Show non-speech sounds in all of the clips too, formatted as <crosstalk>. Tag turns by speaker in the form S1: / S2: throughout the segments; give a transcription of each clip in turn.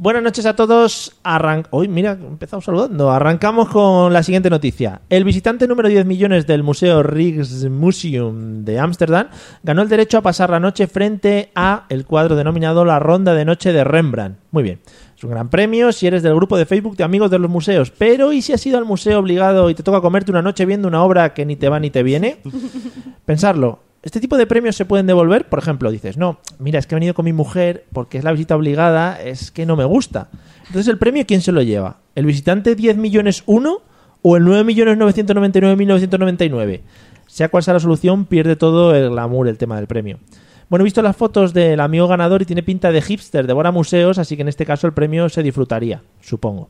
S1: Buenas noches a todos. Arran... Hoy, mira, empezamos saludando. Arrancamos con la siguiente noticia. El visitante número 10 millones del Museo Rijksmuseum de Ámsterdam ganó el derecho a pasar la noche frente a el cuadro denominado La Ronda de Noche de Rembrandt. Muy bien. Es un gran premio si eres del grupo de Facebook de amigos de los museos. Pero ¿y si has ido al museo obligado y te toca comerte una noche viendo una obra que ni te va ni te viene? Pensarlo. Este tipo de premios se pueden devolver, por ejemplo, dices, no, mira, es que he venido con mi mujer porque es la visita obligada, es que no me gusta. Entonces, ¿el premio quién se lo lleva? ¿El visitante 10 millones 1 o el 9 millones 999.999? Sea cual sea la solución, pierde todo el glamour el tema del premio. Bueno, he visto las fotos del amigo ganador y tiene pinta de hipster, devora museos, así que en este caso el premio se disfrutaría, supongo.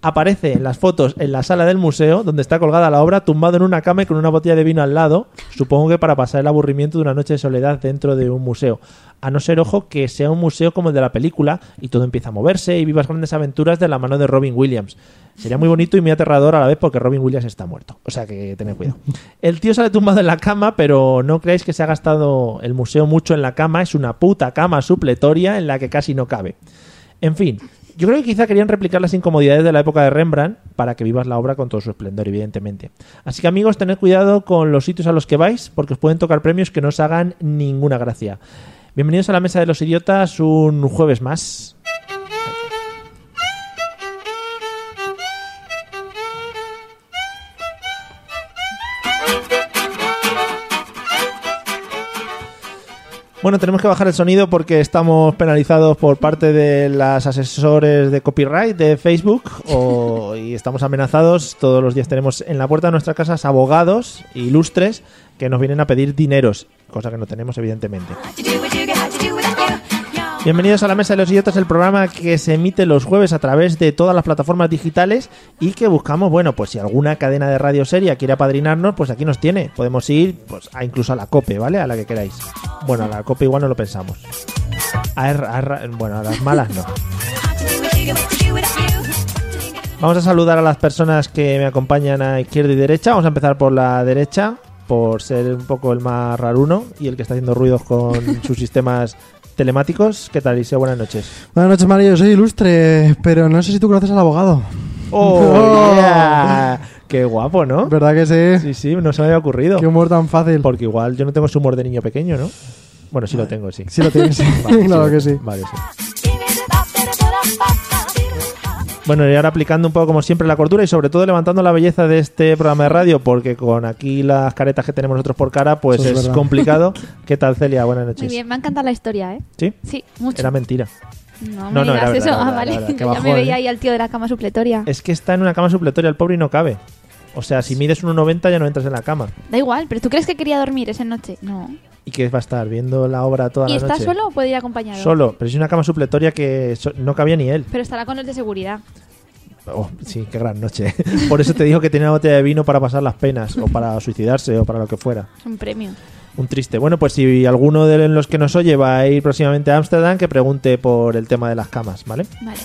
S1: Aparece en las fotos en la sala del museo, donde está colgada la obra, tumbado en una cama y con una botella de vino al lado, supongo que para pasar el aburrimiento de una noche de soledad dentro de un museo. A no ser, ojo, que sea un museo como el de la película y todo empieza a moverse y vivas grandes aventuras de la mano de Robin Williams. Sería muy bonito y muy aterrador a la vez porque Robin Williams está muerto. O sea que tened cuidado. El tío sale tumbado en la cama, pero no creáis que se ha gastado el museo mucho en la cama. Es una puta cama supletoria en la que casi no cabe. En fin, yo creo que quizá querían replicar las incomodidades de la época de Rembrandt para que vivas la obra con todo su esplendor, evidentemente. Así que amigos, tened cuidado con los sitios a los que vais porque os pueden tocar premios que no os hagan ninguna gracia. Bienvenidos a la Mesa de los Idiotas un jueves más. Bueno, tenemos que bajar el sonido porque estamos penalizados por parte de las asesores de copyright de Facebook o- y estamos amenazados. Todos los días tenemos en la puerta de nuestras casas abogados ilustres que nos vienen a pedir dineros, cosa que no tenemos evidentemente. Bienvenidos a la Mesa de los Idiotas, el programa que se emite los jueves a través de todas las plataformas digitales y que buscamos, bueno, pues si alguna cadena de radio seria quiere apadrinarnos, pues aquí nos tiene. Podemos ir pues, a incluso a la COPE, ¿vale? A la que queráis. Bueno, a la COPE igual no lo pensamos. A R- a R- bueno, a las malas no. Vamos a saludar a las personas que me acompañan a izquierda y derecha. Vamos a empezar por la derecha, por ser un poco el más raruno y el que está haciendo ruidos con sus sistemas telemáticos. ¿Qué tal, Iseo? Buenas noches.
S2: Buenas noches, Mario. Yo soy ilustre, pero no sé si tú conoces al abogado. <laughs>
S1: ¡Oh, yeah! ¡Qué guapo, ¿no?
S2: ¿Verdad que sí?
S1: Sí, sí, no se me había ocurrido.
S2: Qué humor tan fácil.
S1: Porque igual yo no tengo su humor de niño pequeño, ¿no? Bueno, sí lo tengo, sí.
S2: Sí
S1: <laughs>
S2: lo tienes. <laughs>
S1: Vale,
S2: claro
S1: lo
S2: que sí.
S1: tengo. Vale, sí. Bueno, y ahora aplicando un poco como siempre la cordura y sobre todo levantando la belleza de este programa de radio, porque con aquí las caretas que tenemos nosotros por cara, pues
S2: Eso es
S1: es
S2: verdad. <laughs>
S1: complicado. ¿Qué tal, Celia? Buenas noches.
S3: Muy bien, me ha encantado la historia, ¿eh?
S1: ¿Sí?
S3: Sí, mucho. Ah.
S1: Era mentira.
S3: No,
S1: no,
S3: me
S1: no, era
S3: digas
S1: verdad,
S3: eso.
S1: era
S3: <laughs> ah,
S1: verdad,
S3: vale.
S1: era verdad. Qué
S3: Yo ya
S1: bajón,
S3: me veía
S1: ¿eh?
S3: ahí al tío de la cama supletoria.
S1: Es que está en una cama supletoria, el pobre y no cabe. O sea, si mides 1,90 ya no entras en la cama.
S3: Da igual, pero ¿tú crees que quería dormir esa noche? No.
S1: ¿Y qué va a estar? ¿Viendo la obra toda
S3: ¿Y
S1: la
S3: está
S1: noche?
S3: solo o puede ir acompañado?
S1: Solo, pero es una cama supletoria que so- no cabía ni él.
S3: Pero estará con los de seguridad.
S1: Oh, sí, qué gran noche. <laughs> Por eso te digo que tenía una botella de vino para pasar las penas, o para suicidarse, o para lo que fuera.
S3: Es un premio.
S1: Un triste. Bueno, pues si alguno de los que nos oye va a ir próximamente a Ámsterdam, que pregunte por el tema de las camas, ¿vale?
S3: Vale.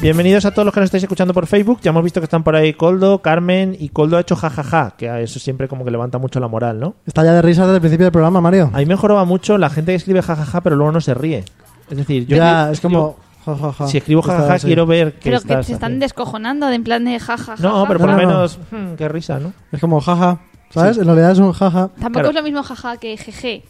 S1: Bienvenidos a todos los que nos estáis escuchando por Facebook. Ya hemos visto que están por ahí Coldo, Carmen, y Coldo ha hecho jajaja, que eso siempre como que levanta mucho la moral, ¿no?
S2: Está ya de risa desde el principio del programa, Mario.
S1: A mí me joroba mucho la gente que escribe jajaja, pero luego no se ríe. Es decir, yo.
S2: ya,
S1: yo-
S2: es como. ja, ja, ja.
S1: Si escribo
S2: Está
S1: jajaja,
S2: así.
S1: quiero ver que
S3: Pero que
S1: estás
S3: se están
S1: haciendo.
S3: descojonando de en plan de jajaja.
S1: No, pero por lo
S2: No, no.
S1: menos, hmm, qué risa, ¿no?
S2: Es como jaja. ¿Sabes? En realidad es un jaja.
S3: Tampoco
S1: Claro.
S3: es lo mismo jaja que jeje.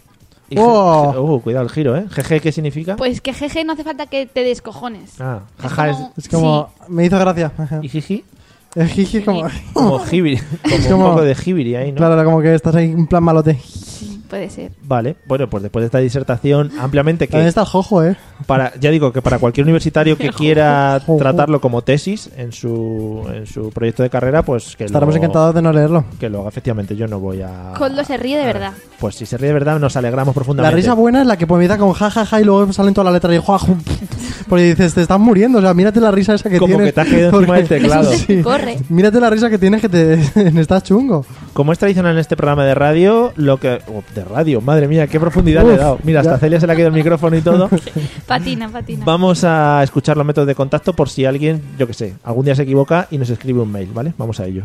S1: Y je-
S2: ¡Oh!
S1: Uh, cuidado el giro, ¿eh? Jeje, ¿qué significa?
S3: Pues que jeje no hace falta que te descojones.
S1: ah, jaja es...
S3: como-
S2: Es como. Me hizo gracia.
S1: ¿Y jiji?
S2: <laughs> Es jiji, como. <laughs>
S1: Como jibiri, como
S2: como-
S1: un poco de jibiri ahí, ¿no?
S2: Claro, era como que estás ahí en plan malote.
S3: Sí, Mm, puede ser.
S1: Vale, bueno, pues después de esta disertación ampliamente
S2: También
S1: que
S2: está el jojo, ¿eh?
S1: para ya digo que para cualquier universitario
S3: <laughs>
S1: que
S2: <laughs>
S1: quiera
S2: Jojo.
S1: tratarlo como tesis en su en su proyecto de carrera, pues que
S2: Estaremos
S1: lo,
S2: encantados de no leerlo.
S1: que lo haga efectivamente. Yo no voy a
S3: Koldo se ríe
S1: <laughs>
S3: de verdad.
S1: Pues si se ríe de verdad nos alegramos
S2: La
S1: profundamente.
S2: risa buena es la que comienza con jajaja y luego salen toda la letra y jua, ju, Porque dices, te estás muriendo. O sea, mírate la risa esa que
S1: Como
S2: tienes.
S1: que te has quedado encima
S2: <laughs>
S1: del teclado.
S2: Sí.
S3: Corre.
S2: Mírate la risa que tienes que te <laughs> estás chungo.
S1: Como es tradicional en este programa de radio, lo que oh, de radio, madre mía, qué profundidad
S2: Uf,
S1: le he dado. Mira, hasta
S2: ya.
S1: Celia se le ha quedado el micrófono y
S2: <laughs>
S1: todo.
S3: Patina, patina.
S1: Vamos a escuchar los métodos de contacto por si alguien, yo que sé, algún día se equivoca y nos escribe un mail, ¿vale? Vamos a ello.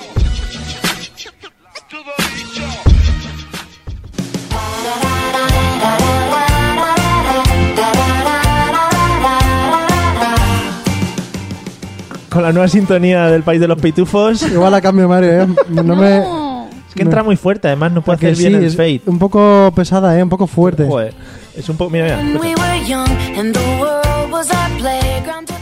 S1: Con la nueva sintonía del país de los pitufos, es
S2: Igual a cambio, Mario, ¿eh? No me...
S1: que entra muy fuerte, además no puede
S2: Porque
S1: hacer bien
S2: sí,
S1: el
S2: es
S1: fade.
S2: un poco pesada, ¿eh? Un poco fuerte.
S1: Joder, es un poco. Mira, mira. escucha.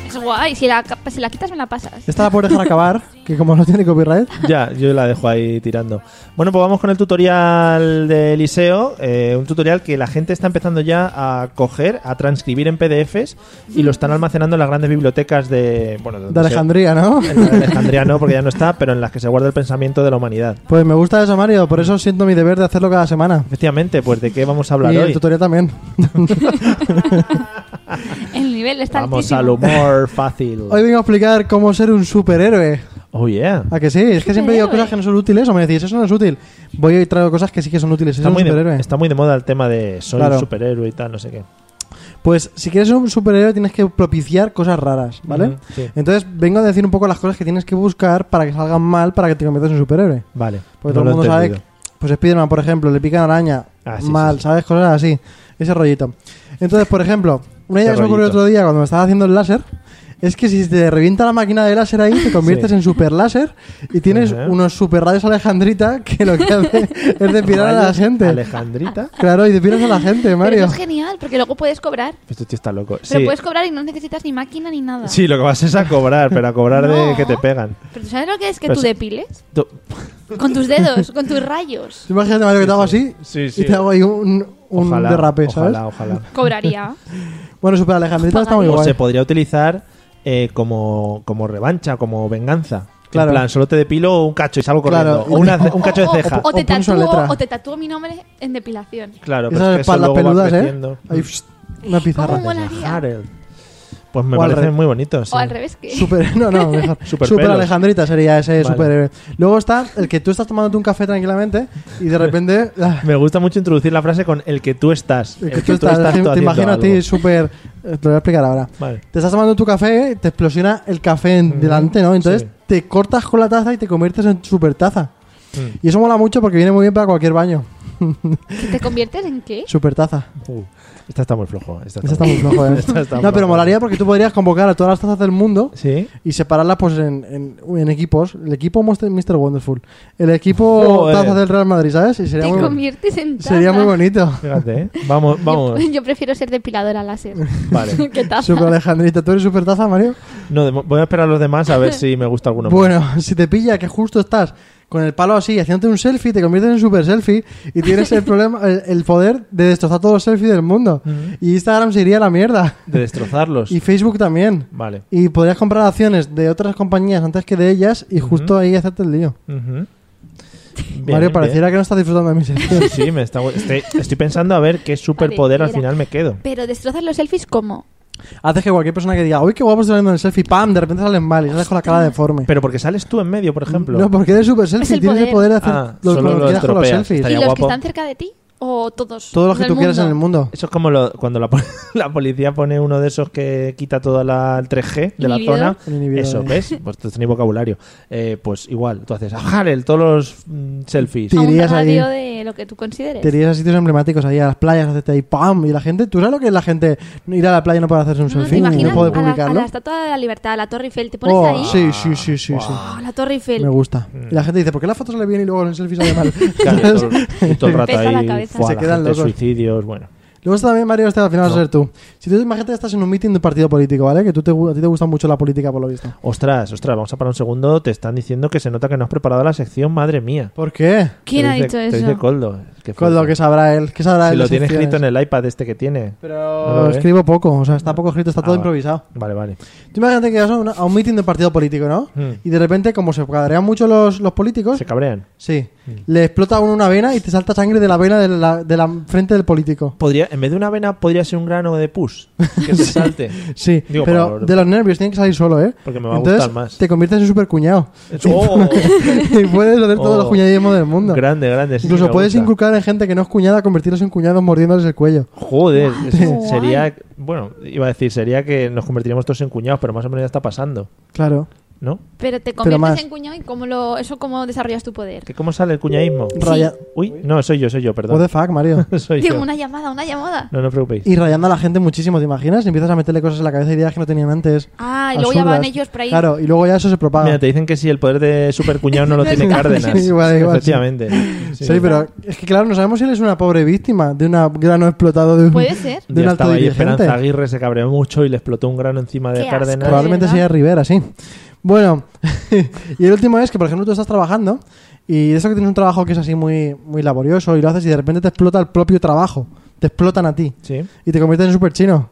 S3: Es guay. Si la, capa- si la quitas, me la
S1: <laughs>
S3: pasas.
S2: Esta la puedes dejar acabar, que como no tiene copyright...
S1: Ya, yo la dejo ahí tirando. Bueno, pues vamos con el tutorial de Eliseo. eh, un tutorial que la gente está empezando ya a coger, a transcribir en PDFs y lo están almacenando en las grandes bibliotecas de. Bueno, donde
S2: De
S1: se-
S2: Alejandría, ¿no?
S1: en la de Alejandría no, porque ya no está, pero en las que se guarda el pensamiento de la humanidad.
S2: Pues me gusta eso, Mario. Por eso siento mi deber de hacerlo cada semana.
S1: Efectivamente, pues de qué vamos a hablar
S2: Y el
S1: hoy.
S2: tutorial también.
S3: El nivel está
S1: Vamos
S3: altísimo.
S1: al humor fácil.
S2: Hoy vengo a explicar cómo ser un superhéroe.
S1: Oh yeah.
S2: ¿A que sí? Es que siempre digo eh.
S3: Superhéroe.
S2: cosas que no son útiles o me decís, eso no es útil. Voy y traigo cosas que sí que son útiles. Es
S1: Está
S2: un
S1: muy, de,
S2: superhéroe.
S1: está muy de moda el tema de soy
S2: Claro.
S1: un superhéroe y tal, no sé qué.
S2: Pues si quieres ser un superhéroe tienes que propiciar cosas raras, ¿vale?
S1: Ujú, sí.
S2: Entonces vengo a decir un poco las cosas que tienes que buscar para que salgan mal para que te conviertas en superhéroe.
S1: Vale.
S2: Porque
S1: no
S2: todo el
S1: lo he
S2: mundo sabe que,
S1: entendido.
S2: pues Spiderman, por ejemplo, le pican araña,
S1: Ah, sí,
S2: mal,
S1: sí, sí.
S2: ¿sabes? Cosas así, ese rollito. Entonces, por ejemplo, una
S1: Ese
S2: idea que se me ocurrió
S1: rollito.
S2: otro día cuando me estaba haciendo el láser es que si te revienta la máquina de láser ahí,
S1: <laughs>
S2: te conviertes
S1: Sí.
S2: en super láser y tienes
S1: Ajá.
S2: unos super rayos Alejandrita que lo que hace
S1: <laughs>
S2: es depilar a la
S1: Rayos,
S2: gente.
S1: Alejandrita.
S2: Claro, y depilas a la gente,
S3: Pero
S2: Mario.
S3: eso es genial, porque luego puedes cobrar.
S1: Este tío está loco.
S3: Pero
S1: sí.
S3: puedes cobrar y no necesitas ni máquina ni nada.
S1: Sí, lo que vas es a cobrar, pero a cobrar de
S3: No.
S1: que te pegan.
S3: Pero ¿tú sabes lo que es que
S1: Pero
S3: tú
S1: sí.
S3: depiles?
S1: Tú-
S3: Con tus dedos, con tus rayos.
S2: Imagínate, Mario, que te hago así
S1: Sí, sí.
S2: y te hago ahí un, un
S1: ojalá,
S2: derrape, ¿sabes?
S1: ojalá, ojalá.
S2: <laughs>
S3: Cobraría.
S2: Bueno, super Alejandrita está muy
S1: O se
S2: guay.
S1: podría utilizar eh, como, como revancha, como venganza.
S2: Claro.
S1: En plan, solo te depilo un cacho y salgo
S2: Claro.
S1: corriendo. O, una- un cacho de
S3: <laughs> o-
S1: ceja.
S3: O, te
S2: O pones una
S3: tatúo,
S2: letra.
S3: o te tatúo mi nombre en depilación.
S1: Claro, pero es
S2: Esas
S1: que eso
S2: espaldas
S1: luego va
S2: peludas, ¿eh?
S1: creciendo.
S2: Ahí, pst, una pizarra.
S3: ¿Cómo molaría?
S1: Harold. Pues me
S2: O al
S1: parecen
S2: re-
S1: muy bonitos.
S3: O
S1: sí.
S3: al revés que...
S2: Super, <laughs> no, no, mejor.
S1: Super
S2: Super,
S1: pelos.
S2: Alejandrita sería
S1: Vale.
S2: ese superhéroe. Luego está el que tú estás tomándote un café tranquilamente y <laughs> de repente. ah,
S1: Me gusta mucho introducir la frase con el que tú estás.
S2: el que tú estás- te,
S1: tú
S2: te
S1: haciendo
S2: imagino a ti
S1: algo.
S2: súper. eh, Te lo voy a explicar ahora.
S1: Vale.
S2: Te estás tomando tu café, te explosiona el café en delante, ¿no? Entonces
S1: sí.
S2: te cortas con la taza y te conviertes en super taza. Y eso mola mucho porque viene muy bien para cualquier baño.
S3: ¿Que ¿Te conviertes en qué?
S2: Super taza.
S1: Uh, esta está muy flojo. Esta
S2: Eso <laughs> está
S1: <laughs>
S2: muy flojo, ¿eh?
S1: Esta está
S2: no,
S1: floja.
S2: pero molaría porque tú podrías convocar a todas las tazas del mundo
S1: Sí.
S2: y separarlas pues en, en- en equipos. El equipo Monster- Mr. Wonderful. El equipo
S1: Joder.
S2: Tazas del Real Madrid, ¿sabes? Y sería,
S3: Te
S2: muy,
S3: conviertes en
S2: <laughs>
S3: taza.
S2: sería muy bonito.
S3: <laughs>
S1: Fíjate, ¿eh? Vamos, vamos.
S3: Yo, yo prefiero ser depiladora láser. <laughs>
S1: Vale.
S3: ¿Qué taza?
S2: Super Alejandrita, ¿tú eres super taza, Mario?
S1: No, de mo- voy a esperar a los demás a
S3: <laughs>
S1: ver si me gusta alguno. más.
S2: bueno, si te pilla que justo estás con el palo así, haciéndote un selfie, te conviertes en super selfie y tienes
S3: <laughs>
S2: el problema, el, el poder de destrozar todos los selfies del mundo. Y Instagram se iría a la mierda.
S1: De destrozarlos.
S2: Y Facebook también.
S1: Vale.
S2: Y podrías comprar acciones de otras compañías antes que de ellas y justo ahí hacerte el lío.
S1: Ujú. Bien,
S2: Mario,
S1: bien.
S2: pareciera que no estás disfrutando de mi sección.
S1: Sí, me está... gu- estoy, estoy pensando a ver qué superpoder al final me quedo.
S3: Pero destrozas los selfies ¿cómo?
S2: Haces que cualquier persona que diga, uy, qué guapo estoy saliendo en el selfie, pam, de repente salen mal y sales con la cara deforme.
S1: Pero porque sales tú en medio, por ejemplo.
S2: No, porque eres super selfie,
S3: el
S2: tienes el
S3: poder.
S2: poder de hacer
S1: Ah,
S2: los
S1: solo
S2: lo que
S1: lo
S2: quieras con los
S1: estropeas.
S2: selfies.
S3: ¿Y
S1: Estaría
S3: los
S1: guapo.
S3: que están cerca de ti? O todos.
S2: Todo lo que
S3: del
S2: tú quieras en el mundo.
S1: Eso es como lo- cuando la, pol- <laughs> la policía pone uno de esos que quita toda la el 3G de la
S3: Inhibidor.
S1: zona.
S2: El inhibidor,
S1: Eso,
S2: eh.
S1: ¿ves? Pues tú tenéis vocabulario. Eh, pues igual, tú haces, ah, Harel, todos los mm, selfies.
S2: Te
S3: A un
S2: irías
S3: radio
S2: allí.
S3: de lo que tú consideres.
S2: Te irías a sitios emblemáticos ahí, a las playas, hacerte ahí, ¡pam! Y la gente, ¿tú sabes lo que es la gente ir a la playa y no puede hacerse un
S3: No, no, ¿te
S2: selfie? y No
S3: imaginas
S2: puede
S3: a, la, a
S2: publicarlo.
S3: la Estatua de la Libertad, a la Torre Eiffel? ¿Te pones
S2: Oh,
S3: ahí?
S2: Sí, sí, sí, sí, sí.
S3: Oh, la Torre Eiffel.
S2: Me gusta. Y la gente dice, ¿por qué la foto sale bien y luego en el selfie sale mal?
S1: Mm. <laughs> Claro,
S2: <laughs> Entonces,
S1: todo, el- todo el rato
S3: Pesa la
S1: ahí,
S3: cabeza.
S1: fuá,
S2: Se
S1: la
S2: quedan
S1: gente,
S2: locos.
S1: suicidios, bueno.
S2: Luego está también, Mario, este al final vas a ser tú. Si tú imagínate estás en un meeting de un partido político, ¿vale? Que tú te, gu- a ti te gusta mucho la política, por lo visto.
S1: Ostras, ostras, vamos a parar un segundo. Te están diciendo que se nota que no has preparado la sección, madre mía.
S2: ¿Por qué?
S3: ¿Quién
S1: Te
S3: ha
S1: dice-
S3: dicho
S1: te
S3: eso?
S1: dice Coldo. Qué
S2: Con lo
S1: fuerte.
S2: que sabrá él. ¿Qué sabrá
S1: Si
S2: él?
S1: lo
S2: de
S1: tiene
S2: secciones?
S1: escrito en el iPad este que tiene.
S2: Pero
S1: ¿No lo ves?
S2: escribo poco, o sea, está poco escrito, está
S1: Ah,
S2: todo
S1: vale.
S2: improvisado.
S1: Vale, vale.
S2: Tú imagínate que vas a, una- a un meeting de un partido político, ¿no?
S1: Mm.
S2: Y de repente, como se cuadrean mucho los, los políticos,
S1: Se Hmm. cabrean.
S2: sí, le explota a uno una vena y te salta sangre de la vena de la, de la frente del político.
S1: Podría, en vez de una vena, podría ser un grano de pus. Que <laughs> se salte.
S2: Sí,
S1: Digo,
S2: pero
S1: por-
S2: de los nervios tiene que salir solo, ¿eh?
S1: Porque me va a
S2: Entonces,
S1: gustar más.
S2: te conviertes en super cuñado.
S1: <laughs> ¡Oh!
S2: <laughs> y puedes hacer todos
S1: Oh.
S2: los cuñadismos del mundo.
S1: grande, grande. sí,
S2: Incluso
S1: me
S2: puedes
S1: gusta.
S2: inculcar en gente que no es cuñada, convertirlos en cuñados mordiéndoles el cuello.
S1: Joder, es-
S3: Guay.
S1: sería. Bueno, iba a decir, sería que nos convertiríamos todos en cuñados, pero más o menos ya está pasando,
S2: Claro.
S1: ¿no?
S3: Pero te
S2: más.
S3: conviertes en cuñado y cómo lo, eso cómo desarrollas tu poder.
S1: ¿Que ¿Cómo sale el cuñadismo?
S2: Raya-
S1: Uy, no, soy yo, soy yo,
S2: What the
S1: perdón. <laughs>
S2: fuck, Mario.
S1: Soy
S3: Digo,
S1: yo.
S3: una llamada, una llamada.
S1: No, no os preocupéis.
S2: Y rayando a la gente muchísimo, ¿te imaginas? Empiezas a meterle cosas en la cabeza y ideas que no tenían antes.
S3: Ah, y luego ya
S2: Absurdas.
S3: van ellos por ahí.
S2: Claro, y luego ya eso se propaga.
S1: Mira, te dicen que si el poder de supercuñado no lo tiene Cárdenas.
S2: Ah. <laughs> Sí, igual, igual, sí.
S1: Efectivamente.
S2: Sí, pero es que claro, no sabemos si él es una pobre víctima de un grano explotado de un,
S3: Puede ser.
S2: de
S1: Ya
S2: un alto
S1: estaba ahí Esperanza
S2: dirigente.
S1: Aguirre, se cabreó mucho y le explotó un grano encima de
S3: Qué asco.
S1: Cárdenas.
S2: Probablemente
S3: ¿verdad?
S2: sea Rivera, sí. Bueno, <laughs> y el último es que, por ejemplo, tú estás trabajando y eso que tienes un trabajo que es así muy, muy laborioso y lo haces y de repente te explota el propio trabajo. Te explotan a ti
S1: Sí.
S2: y te conviertes en super
S3: <laughs>
S2: chino.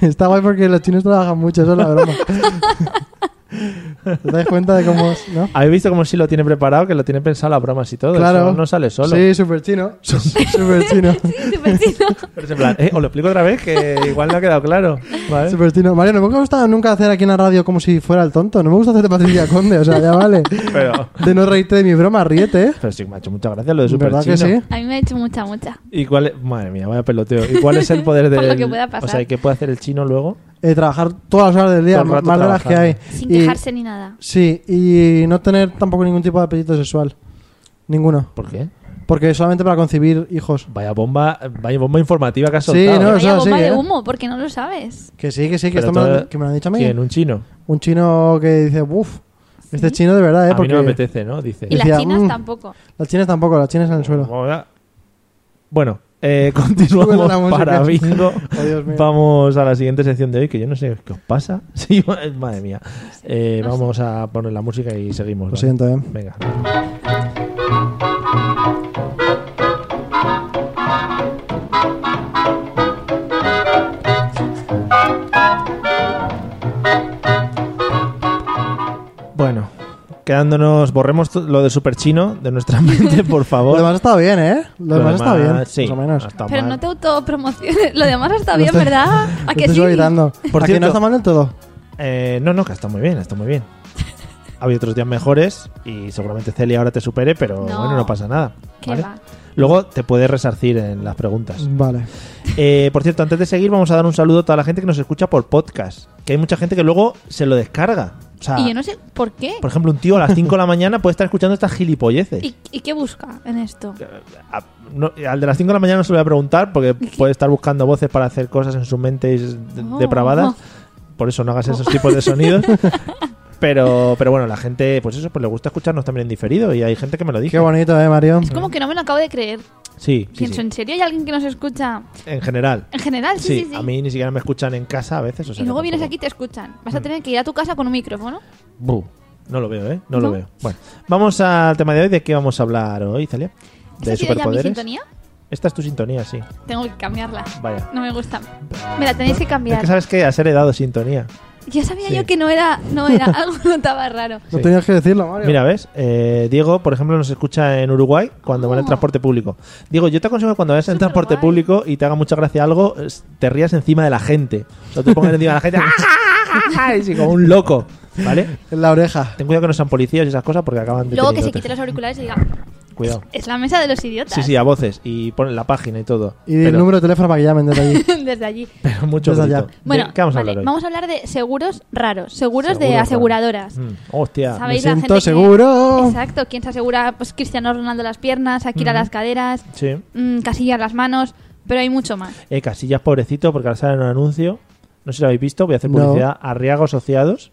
S2: Está guay porque los chinos trabajan mucho, eso es la broma. ¿Te das cuenta de cómo es, no?
S1: ¿Habéis visto cómo sí lo tiene preparado? Que lo tiene pensado las bromas y todo.
S2: Claro.
S1: Eso no sale solo.
S2: Sí,
S1: <laughs>
S2: super chino. super chino.
S3: Súper chino.
S1: Pero es en plan, eh, os lo explico otra vez
S2: <laughs>
S1: que igual no ha quedado claro. ¿Vale?
S2: Super chino. Mario, no me gusta nunca hacer aquí en la radio como si fuera el tonto. No me gusta hacerte Patricia Conde, o sea, ya vale.
S1: Pero,
S2: De no reírte de mi broma, ríete.
S1: pero sí, macho, muchas gracias lo de Super
S2: ¿Verdad que sí?
S3: A mí me ha hecho mucha, mucha.
S1: ¿Y cuál es- Madre mía, vaya peloteo. ¿Y cuál es el poder de
S3: <laughs> Por lo que pueda pasar.
S1: O sea, ¿y qué puede hacer el chino luego?
S2: Eh, trabajar todas las horas del día,
S1: Todo el
S2: más
S1: rato
S2: de las que hay.
S1: trabajando.
S3: Sin
S2: Y-
S3: quejarse ni nada.
S2: Sí, y no tener tampoco ningún tipo de apetito sexual. Ninguno.
S1: ¿Por qué?
S2: Porque solamente para concebir hijos.
S1: Vaya bomba, vaya bomba informativa que has
S2: Sí,
S1: soltado.
S2: no,
S1: ¿eh?
S2: eso
S3: Vaya
S2: sí,
S3: bomba de
S2: ¿eh?
S3: humo, porque no lo sabes.
S2: Que sí, que sí, que
S1: Pero
S2: esto me lo,
S1: todo-
S2: han- que me lo han dicho a mí.
S1: ¿Quién? ¿Un chino?
S2: Un chino que dice, uff, este chino de verdad, ¿eh?
S1: A mí
S2: Porque
S1: no me apetece, ¿no? Dice.
S3: Y
S2: Decía,
S3: las chinas
S2: mm.
S3: tampoco.
S2: las chinas tampoco, las chinas en el suelo.
S1: Hola. Bueno,
S2: <laughs>
S1: eh,
S2: Sube la
S1: continuamos
S2: música.
S1: para
S2: <laughs>
S1: bingo.
S2: Oh, Dios mío.
S1: Vamos a la siguiente sección de hoy, que yo no sé qué os pasa. <laughs> Sí, madre mía. Eh, vamos a poner la música y seguimos.
S2: Lo
S1: ¿vale?
S2: siento, ¿eh?
S1: Venga. Bueno, quedándonos, borremos to- lo de super chino de
S2: <laughs>
S1: nuestra mente, por
S2: Lo
S1: favor.
S2: demás está bien, ¿eh? Lo, demás, está bien,
S1: sí,
S2: más o menos.
S1: no está
S3: Pero
S1: mal.
S3: no te autopromociones. <laughs> Lo demás está
S2: Lo
S3: bien,
S2: estoy-
S3: ¿verdad? ¿A
S2: Lo
S3: que
S2: estoy
S3: sí?
S2: suavizando.
S1: Por
S2: ¿A que no
S1: cierto-
S2: está mal del todo?
S1: Eh, no, no, que está muy bien, está muy bien. Ha habido otros días mejores y seguramente Celia ahora te supere, pero
S3: No.
S1: bueno, no pasa nada.
S3: ¿Qué
S1: ¿vale?
S3: va?
S1: Luego te puedes resarcir en las preguntas.
S2: Pues Vale.
S1: Eh, por cierto, antes de seguir, vamos a dar un saludo a toda la gente que nos escucha por podcast. Que hay mucha gente que luego se lo descarga. O
S2: Ah.
S1: sea,
S3: Y yo no sé por qué.
S1: por ejemplo, un tío a las 5
S3: <laughs>
S1: de la mañana puede estar escuchando estas gilipolleces.
S3: ¿Y, y qué busca en esto?
S1: A- no, al de las 5 de la mañana no se lo voy a preguntar porque puede estar buscando voces para hacer cosas en sus mentes de-
S3: Oh.
S1: depravadas. Por eso no hagas esos tipos de
S3: <laughs>
S1: sonidos. Pero, pero bueno, la gente, pues eso, pues le gusta escucharnos también en diferido y hay gente que me lo dice.
S2: Qué bonito, ¿eh, Mario?
S3: Es como que no me lo acabo de creer.
S1: Sí, sí,
S3: Pienso,
S1: sí.
S3: ¿en serio hay alguien que nos escucha?
S1: En general.
S3: En general, sí,
S1: Sí,
S3: sí, sí.
S1: a mí ni siquiera me escuchan en casa a veces. O sea,
S3: y luego
S1: que
S3: vienes
S1: tampoco-
S3: aquí y te escuchan.
S1: Mm.
S3: Vas a tener que ir a tu casa con un micrófono.
S1: Bu, No lo veo, ¿eh? No, lo
S3: No.
S1: veo. Bueno, vamos al tema de hoy. ¿De qué vamos a hablar hoy, Celia?
S3: ¿Esta
S1: ¿De
S3: ha sido ya mi
S1: superpoderes?
S3: sintonía?
S1: Esta es tu sintonía, sí.
S3: Tengo que cambiarla.
S1: Vaya.
S3: No me gusta. Me la tenéis que
S1: Es
S3: cambiar.
S1: que sabes que has heredado sintonía.
S3: Ya sabía
S1: Sí.
S3: yo que no era,
S1: <laughs>
S3: no era, algo <laughs> no estaba raro.
S2: No
S1: Sí.
S2: tenías que decirlo, Mario.
S1: Mira, ¿ves? Eh, Diego, por ejemplo, nos escucha en Uruguay cuando
S3: Ah.
S1: va en el transporte público. Diego, yo te aconsejo que cuando vayas en el transporte
S3: Superguay.
S1: público y te haga mucha gracia algo, es- te rías encima de la gente. No te pongas encima de la gente
S3: <laughs>
S1: ¡ah! y <laughs> sí, como un loco, ¿vale?
S2: En la oreja.
S1: Ten cuidado que no sean policías y esas cosas porque acaban de...
S3: Luego que se quite los auriculares y diga,
S1: Cuidado.
S3: Es la mesa de los idiotas.
S1: Sí, sí, a voces. Y ponen la página y todo.
S2: Y el
S1: Pero-
S2: número de teléfono para que llamen desde
S1: <laughs>
S2: allí.
S3: <laughs> Desde allí.
S1: Pero <laughs> mucho
S2: Desde
S1: grito.
S2: allá.
S1: ¿De
S3: Bueno,
S1: ¿Qué vamos a
S3: vale,
S1: hablar hoy?
S3: vamos a hablar de seguros raros, seguros
S1: Seguro,
S3: de
S1: claro.
S3: aseguradoras.
S1: Mm, hostia.
S3: ¿Sabéis
S2: Me
S3: la
S2: siento
S3: gente que-
S2: seguro.
S3: Exacto, quién se asegura, pues Cristiano Ronaldo las piernas, Akira
S1: Ujú.
S3: las caderas,
S1: Sí.
S3: mm, Casillas las manos, pero hay mucho más.
S1: Eh, Casillas, pobrecito, porque ahora sale un anuncio. No sé si lo habéis visto, voy a hacer
S2: No.
S1: publicidad. Arriaga Asociados.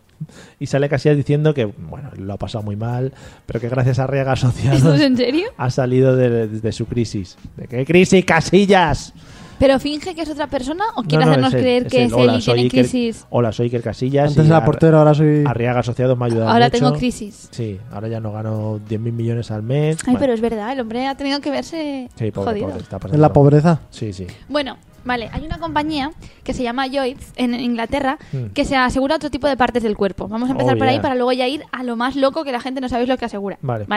S1: Y sale Casillas diciendo que, bueno, lo ha pasado muy mal, pero que gracias a Arriaga
S3: ¿Esto
S1: Asociados
S3: es en serio?
S1: ha salido de, de su crisis. ¿De qué crisis, Casillas?
S3: ¿Pero finge que es otra persona o
S1: No,
S3: quiere
S1: no,
S3: hacernos
S1: es él,
S3: creer que
S1: él.
S3: es
S1: Hola,
S3: él y
S1: soy
S3: tiene
S1: Iker-
S3: crisis?
S1: Hola, soy Iker Casillas.
S2: Antes
S1: y
S2: era
S1: Ar-
S2: portero, ahora soy.
S1: Arriaga Asociados me ha ayudado
S3: Ahora
S1: mucho.
S3: tengo crisis.
S1: Sí, ahora ya no gano 10.000 millones al mes.
S3: Ay,
S1: Bueno,
S3: pero es verdad, el hombre ha tenido que verse
S1: Sí, pobre,
S3: jodido.
S1: pobre, está pasando.
S2: En la pobreza.
S1: Sí, sí.
S3: Bueno, vale, hay una compañía que se llama Lloyds en Inglaterra
S1: Hmm.
S3: que se asegura otro tipo de partes del cuerpo. Vamos a empezar
S1: Oh,
S3: por ahí
S1: yeah.
S3: para luego ya ir a lo más loco que la gente no sabéis lo que asegura.
S1: Vale.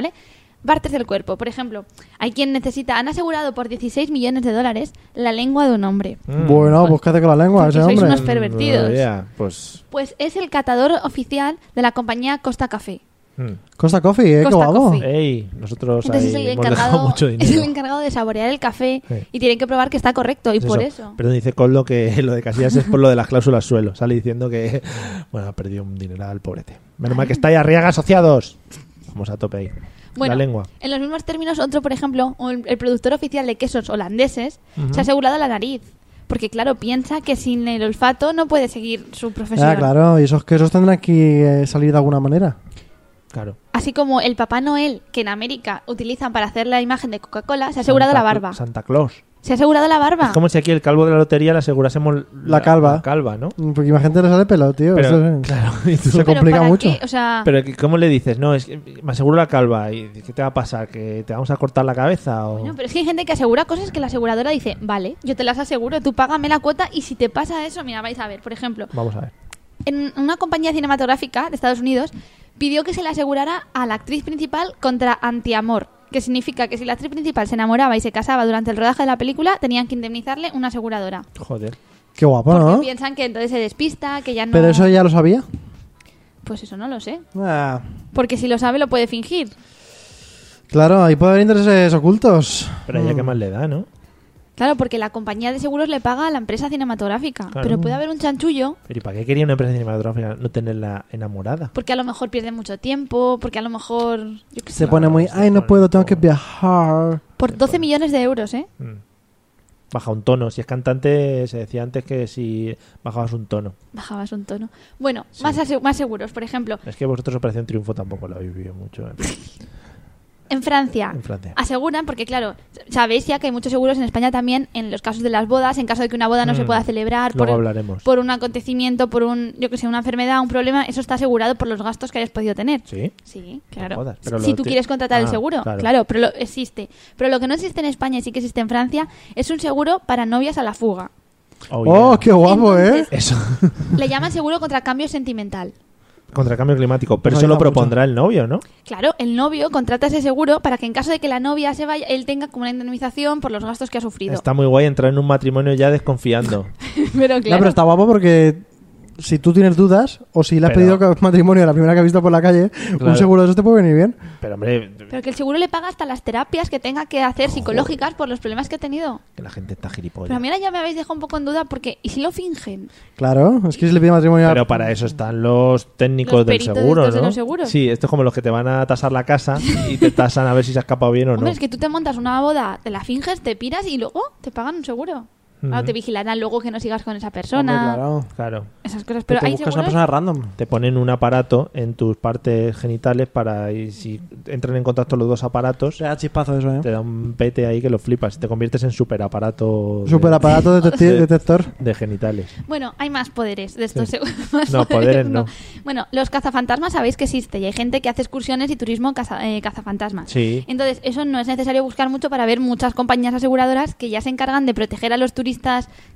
S3: Partes del cuerpo. Por ejemplo, hay quien necesita, han asegurado por 16 millones de dólares la lengua de un hombre.
S1: Mm.
S2: Bueno, búscate con la lengua,
S3: Pues Porque
S2: ese
S3: sois
S2: hombre.
S3: unos pervertidos.
S1: Mm, yeah, Pues.
S3: Pues es el catador oficial de la compañía Costa Café.
S1: mm.
S2: Costa Coffee, ¿eh?
S3: Costa
S2: Qué guapo.
S3: Coffee.
S1: oh, Ey, nosotros
S3: Entonces
S1: pues ahí
S3: es el,
S1: hemos dejado
S3: encargado,
S1: <laughs> mucho dinero.
S3: <laughs> es el encargado de saborear el café
S1: Sí.
S3: y tienen que probar que está correcto y
S1: Es
S3: por eso.
S1: Perdón, dice Coldo que <laughs> lo de Casillas es por lo de las cláusulas suelo. Sale diciendo que, <laughs> bueno, ha perdido un dineral, pobrete. Menos mal que está ahí Arriaga Asociados. Vamos a tope ahí.
S3: Bueno,
S1: la lengua.
S3: En los mismos términos, otro, por ejemplo, o el, el productor oficial de quesos holandeses
S1: Ujú.
S3: se ha asegurado la nariz. Porque, claro, piensa que sin el olfato no puede seguir su profesión.
S2: Ah, claro, y esos quesos tendrán que eh, salir de alguna manera.
S1: Claro.
S3: Así como el Papá Noel, que en América utilizan para hacer la imagen de Coca-Cola, se ha asegurado
S1: Santa
S3: la barba.
S1: Cla- Santa Claus.
S3: Se ha asegurado la barba.
S1: Es como si aquí el calvo de la lotería le asegurásemos
S2: La calva.
S1: la calva, ¿no?
S2: Mm, Porque imagínate le sale pelo, tío.
S1: Pero-
S2: Esto es-
S1: Claro. <laughs> y tú-
S2: se
S3: Pero
S2: complica
S3: ¿para
S2: mucho.
S3: qué? O sea,
S1: Pero que- ¿cómo le dices? No, es que me aseguro la calva. ¿Y qué te va a pasar? ¿Que te vamos a cortar la cabeza? O...
S3: no, pero es que hay gente que asegura cosas que la aseguradora dice, vale, yo te las aseguro, tú págame la cuota y si te pasa eso, mira, vais a ver, por ejemplo,
S1: Vamos a ver.
S3: en una compañía cinematográfica de Estados Unidos pidió que se le asegurara a la actriz principal contra antiamor, que significa que si la actriz principal se enamoraba y se casaba durante el rodaje de la película, tenían que indemnizarle una aseguradora.
S1: Joder.
S2: Qué guapo,
S3: Porque
S2: ¿no?
S3: piensan que entonces se despista, que ya no...
S2: Pero eso ya lo sabía.
S3: Pues eso no lo sé.
S2: Ah,
S3: Porque si lo sabe lo puede fingir.
S2: claro, ahí puede haber intereses ocultos. Mm.
S1: Pero
S3: Hmm.
S1: ya que más le da, ¿no?
S3: Claro, porque la compañía de seguros le paga a la empresa cinematográfica.
S1: Claro.
S3: Pero puede haber un chanchullo
S1: Pero ¿y para qué quería una empresa cinematográfica no tenerla enamorada?
S3: porque a lo mejor pierde mucho tiempo, porque a lo mejor... yo qué sé,
S2: Se pone muy,
S1: se
S2: ay, no
S1: pone
S2: puedo, tengo que
S1: como-
S2: viajar.
S3: por 12 millones de euros, ¿eh?
S1: Mm. Baja un tono. Si es cantante, se decía antes que si bajabas un tono.
S3: Bajabas un tono. Bueno, más, ase- más seguros. Por ejemplo,
S1: Es que vosotros Operación Triunfo tampoco lo habéis vivido mucho. ¿eh?
S3: En Francia.
S1: En Francia.
S3: Aseguran, porque claro, sabéis ya que hay muchos seguros en España también en los casos de las bodas, en caso de que una boda no se
S1: Mm.
S3: pueda celebrar
S1: Luego
S3: por,
S1: hablaremos.
S3: por un acontecimiento, por un, yo que sé, una enfermedad, un problema, eso está asegurado por los gastos que hayas podido tener.
S1: ¿Sí?
S3: Sí, claro.
S1: jodas, pero
S3: si
S1: lo
S3: tú
S1: ti-
S3: quieres contratar el
S1: Ah,
S3: seguro,
S1: claro.
S3: claro, pero lo, existe. Pero lo que no existe en España y sí que existe en Francia es un seguro para novias a la fuga.
S1: Oh,
S2: Oh,
S1: yeah.
S2: qué guapo,
S3: Entonces,
S2: ¿eh?
S1: Eso.
S3: <laughs> Le llaman seguro contra cambio sentimental.
S1: Contra el cambio climático. Pero
S2: Nos
S1: eso lo
S2: ayuda
S1: propondrá el novio, ¿no?
S3: Claro, el novio contrata ese seguro para que en caso de que la novia se vaya, él tenga como una indemnización por los gastos que ha sufrido.
S1: Está muy guay entrar en un matrimonio ya desconfiando.
S3: <laughs> Pero
S2: No,
S3: claro.
S2: pero está guapo porque si tú tienes dudas o si le has
S1: Pero-
S2: pedido matrimonio a la primera que has visto por la calle,
S1: Claro.
S2: un seguro de eso te puede venir bien.
S1: Pero hombre,
S3: Pero que el seguro le paga hasta las terapias que tenga que hacer psicológicas por los problemas que ha tenido.
S1: que la gente está
S3: Pero
S1: gilipollas.
S3: a mí ahora ya me habéis dejado un poco en duda porque ¿y si lo fingen?
S2: Claro, es que si le pide matrimonio a...
S1: Pero para eso están los técnicos
S3: Los
S1: del
S3: peritos
S1: seguro,
S3: estos de
S1: ¿no?
S3: los seguros.
S1: Sí, esto es como los que te van a tasar la casa y
S3: <laughs>
S1: te tasan a ver si se ha escapado bien o no.
S3: Hombre, es que tú te montas una boda, te la finges, te piras y luego te pagan un seguro. Claro, te vigilarán luego que no sigas con esa persona.
S2: Mm. Hombre, claro.
S1: Claro.
S3: Esas cosas. Pero
S2: te
S3: hay
S2: buscas una
S3: seguros.
S2: persona random.
S1: Te ponen un aparato en tus partes genitales para y si entran en contacto los dos aparatos,
S2: Se da chispazo eso,
S1: te
S2: ¿eh?
S1: da un pete ahí que lo flipas. Te conviertes en superaparato de-
S2: Super aparato
S1: Sí.
S2: detector.
S1: de genitales.
S3: Bueno, hay más poderes de estos
S1: Sí.
S3: seguros. <laughs> Más
S1: No, poderes no.
S3: Bueno, los cazafantasmas sabéis que existe y hay gente que hace excursiones y turismo caza- eh, cazafantasmas.
S1: Sí.
S3: Entonces, eso no es necesario buscar mucho para ver muchas compañías aseguradoras que ya se encargan de proteger a los turistas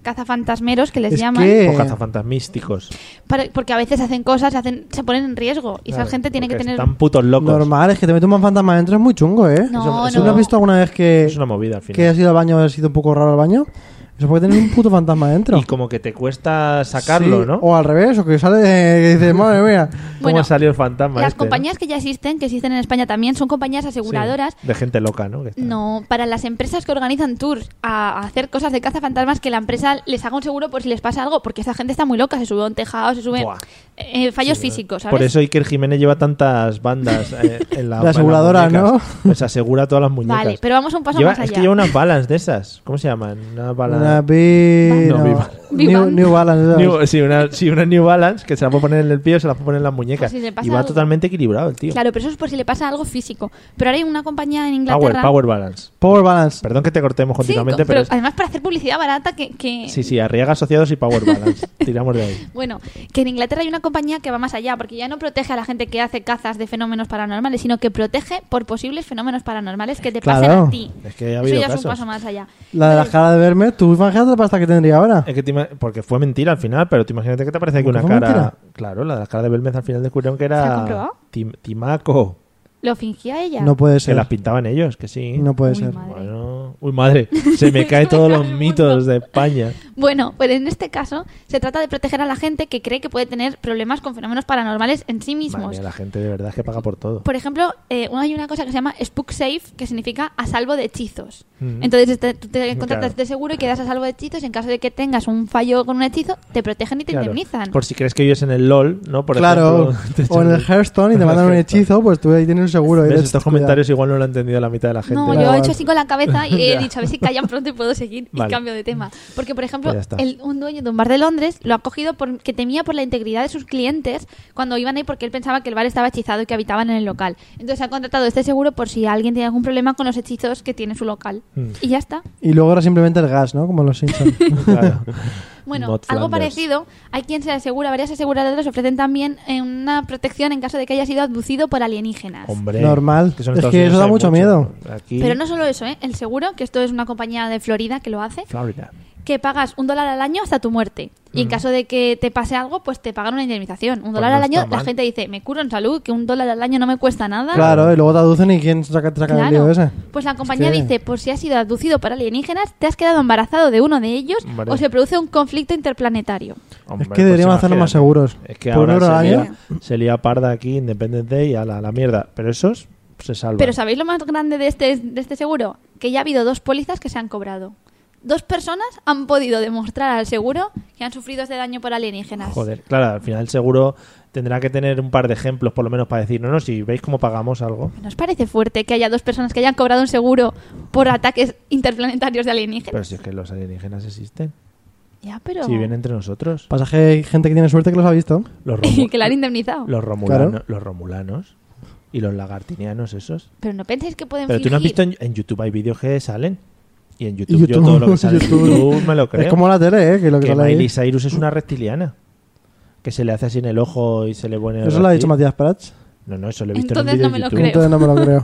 S3: cazafantasmeros que les
S2: Es
S3: llaman,
S2: que-
S1: O cazafantasmísticos.
S3: para- porque a veces hacen cosas, hacen, se ponen en riesgo y
S1: Claro,
S3: esa gente tiene que
S1: porque
S3: tener...
S1: Están putos locos.
S2: Normal, es que te mete un fantasma adentro, es muy chungo, ¿eh?
S3: No,
S2: ¿Tú
S3: no.
S2: no has visto alguna vez que,
S1: Es una movida al
S2: que
S1: final.
S2: has ido al baño, has sido un poco raro al baño? Eso puede tener un puto fantasma dentro.
S1: Y como que te cuesta sacarlo,
S2: Sí,
S1: ¿no?
S2: O al revés, o que sale de, y dices, madre
S1: <laughs>
S2: mía.
S1: ¿Cómo
S3: Bueno,
S1: ha salido el fantasma?
S3: Las
S1: este, no?
S3: compañías que ya existen, que existen en España también, son compañías
S1: Sí,
S3: aseguradoras.
S1: de gente loca, ¿no? Que está-
S3: No, para las empresas que organizan tours a a hacer cosas de cazafantasmas, que la empresa les haga un seguro por si les pasa algo, porque esa gente está muy loca, se sube a un tejado, se sube
S1: Buah.
S3: eh, fallos físicos, ¿sabes?
S1: Por eso Iker Jiménez lleva tantas bandas eh,
S2: <laughs>
S1: en la
S2: De aseguradora,
S1: en las
S2: ¿no?
S1: muñecas. Pues asegura todas las muñecas.
S3: Vale, pero vamos un paso
S1: Lleva-
S3: más
S1: Es
S3: allá.
S1: que lleva unas balas de esas. ¿Cómo se llaman? Una bala...
S2: Una vi-
S1: No,
S2: no,
S1: viva.
S3: Viva.
S2: New, New Balance. ¿sabes?
S1: New- sí, una, sí, una New Balance que se la puede poner en el pie o se la puede poner en las muñecas.
S3: Pues si le pasa
S1: y va
S3: algo.
S1: totalmente equilibrado el tío.
S3: Claro, pero eso es por si le pasa algo físico. Pero ahora hay una compañía en
S1: power,
S3: Inglaterra.
S1: power Balance.
S2: Power Balance.
S1: Perdón que te cortemos
S3: Sí,
S1: continuamente,
S3: co-
S1: pero...
S3: pero además para hacer publicidad barata que... que-
S1: Sí, sí, Arriaga Asociados y Power
S3: <laughs>
S1: Balance. Tiramos de ahí.
S3: Bueno, que en Inglaterra hay una compañía que va más allá, porque ya no protege a la gente que hace cazas de fenómenos paranormales, sino que protege por posibles fenómenos paranormales que te pasen
S2: Claro.
S3: a ti.
S1: Es que ha
S3: Eso
S1: habido
S3: ya es
S1: casos.
S3: un paso más allá.
S2: La de la cara de verme, tú imagínate la pasta que tendría ahora.
S1: Es que te ima- porque fue mentira al final, pero tú imagínate que te parece que una
S2: ¿Fue
S1: cara.
S2: mentira?
S1: Claro, la de la cara de Belmez al final descubrieron que
S3: ¿Se ha
S1: era
S3: comprobado?
S1: Tim- Timaco.
S3: ¿Lo fingía ella?
S2: No puede
S1: Se
S2: ser.
S1: las pintaban ellos, que sí.
S2: No pues, puede
S3: Uy,
S2: ser.
S3: madre.
S1: Bueno, uy, madre, se
S3: <laughs>
S1: me caen todos los mitos de España.
S3: Bueno, pues en este caso se trata de proteger a la gente que cree que puede tener problemas con fenómenos paranormales en sí
S1: Madre
S3: mismos.
S1: mía, la gente de verdad es que paga por todo.
S3: Por ejemplo, eh, hay una cosa que se llama Spook Safe, que significa a salvo de hechizos.
S1: Ujú.
S3: Entonces este- tú te contratas
S1: Mm. <laughs> Claro.
S3: de seguro y quedas a salvo de hechizos. y En caso de que tengas un fallo con un hechizo, te protegen y te
S1: Claro.
S3: indemnizan.
S1: Por si crees que vives en el LOL, ¿no? Por
S2: Claro.
S1: ejemplo, te
S2: O en el
S1: echan-
S2: Hearthstone
S1: <laughs>
S2: y te mandan un
S1: Hearthstone.
S2: hechizo, pues tú ahí tienes un seguro.
S1: ¿Ves?
S2: Eres-
S1: Estos
S2: cuidado.
S1: comentarios igual no lo ha entendido la mitad de la gente.
S3: No,
S2: Da
S3: yo he
S2: igual.
S3: hecho así con la
S1: <laughs>
S3: cabeza y he
S1: Ya.
S3: dicho, a ver si callan pronto y puedo seguir
S1: Vale.
S3: y cambio de tema. Porque, por ejemplo,
S1: Pues ya está.
S3: el- un dueño de un bar de Londres lo ha cogido porque temía por la integridad de sus clientes cuando iban ahí porque él pensaba que el bar estaba hechizado y que habitaban en el local. Entonces ha contratado este seguro por si alguien tiene algún problema con los hechizos que tiene su local.
S1: Mm.
S3: Y ya está.
S2: Y luego era simplemente el gas, ¿no? Como los Simpsons.
S1: Claro.
S3: Bueno,
S1: Not
S3: algo
S1: Flanders.
S3: parecido, hay quien se asegura, varias aseguradoras ofrecen también eh, una protección en caso de que haya sido abducido por alienígenas.
S1: Hombre.
S2: Normal.
S1: en
S2: Es
S1: Estados
S2: que
S1: Unidos
S2: eso da
S1: hay
S2: mucho miedo.
S1: Aquí,
S3: Pero no solo eso, ¿eh? el seguro, que esto es una compañía de Florida que lo hace,
S1: Florida.
S3: que pagas un dólar al año hasta tu muerte. Y en caso de que te pase algo, pues te pagan una indemnización. Un
S1: Pues
S3: dólar
S1: no
S3: al año,
S1: está
S3: la
S1: mal.
S3: gente dice, me curo en salud, que un dólar al año no me cuesta nada.
S2: Claro, y luego te aducen y quién saca, saca el lío
S3: Claro.
S2: ese.
S3: Pues la compañía
S2: que-
S3: dice, por si has sido abducido por alienígenas, te has quedado embarazado de uno de ellos
S1: Hombre.
S3: o se produce un conflicto interplanetario.
S1: Hombre, pues
S2: que deberíamos hacerlo
S1: imagínate.
S2: más seguros.
S1: Es que
S2: Por ¿eh?
S1: ahora
S2: un
S1: se
S2: horario.
S1: lía, se lía parda aquí, Independence Day, a la, a la mierda. Pero esos se salvan.
S3: Pero ¿sabéis lo más grande de este, de este seguro? Que ya ha habido dos pólizas que se han cobrado. Dos personas han podido demostrar al seguro que han sufrido este daño por alienígenas.
S1: Joder, claro, al final seguro tendrá que tener un par de ejemplos por lo menos para decir, no, no, si veis cómo pagamos algo.
S3: ¿Nos parece fuerte que haya dos personas que hayan cobrado un seguro por ataques interplanetarios de alienígenas?
S1: Pero si es que los alienígenas existen.
S3: ya, pero...
S1: Si
S3: <laughs>
S1: vienen entre nosotros.
S2: Pasa que hay gente que tiene suerte que los ha visto.
S1: Los,
S3: Y
S1: romu-
S3: que la han indemnizado.
S1: los, romulano-
S2: Claro.
S1: los romulanos y los lagartinianos esos.
S3: Pero no pensáis que pueden
S1: Pero tú no has
S3: fingir.
S1: visto en, en YouTube hay vídeos que salen. Y en YouTube,
S2: Y
S1: yo
S2: YouTube,
S1: todo lo
S2: <laughs>
S1: que sale en
S2: YouTube.
S1: YouTube me lo creo.
S2: Es como la tele, ¿eh? Que lo que
S1: que
S2: sale ahí.
S1: Miley Cyrus es una reptiliana. Que se le hace así en el ojo y se le pone...
S2: Eso lo ha
S1: así.
S2: dicho Matías
S3: <laughs>
S2: Prats.
S1: No, no, eso lo he visto
S3: Entonces
S1: en un
S3: no me
S1: vídeo
S3: lo
S1: de YouTube.
S2: Entonces no me lo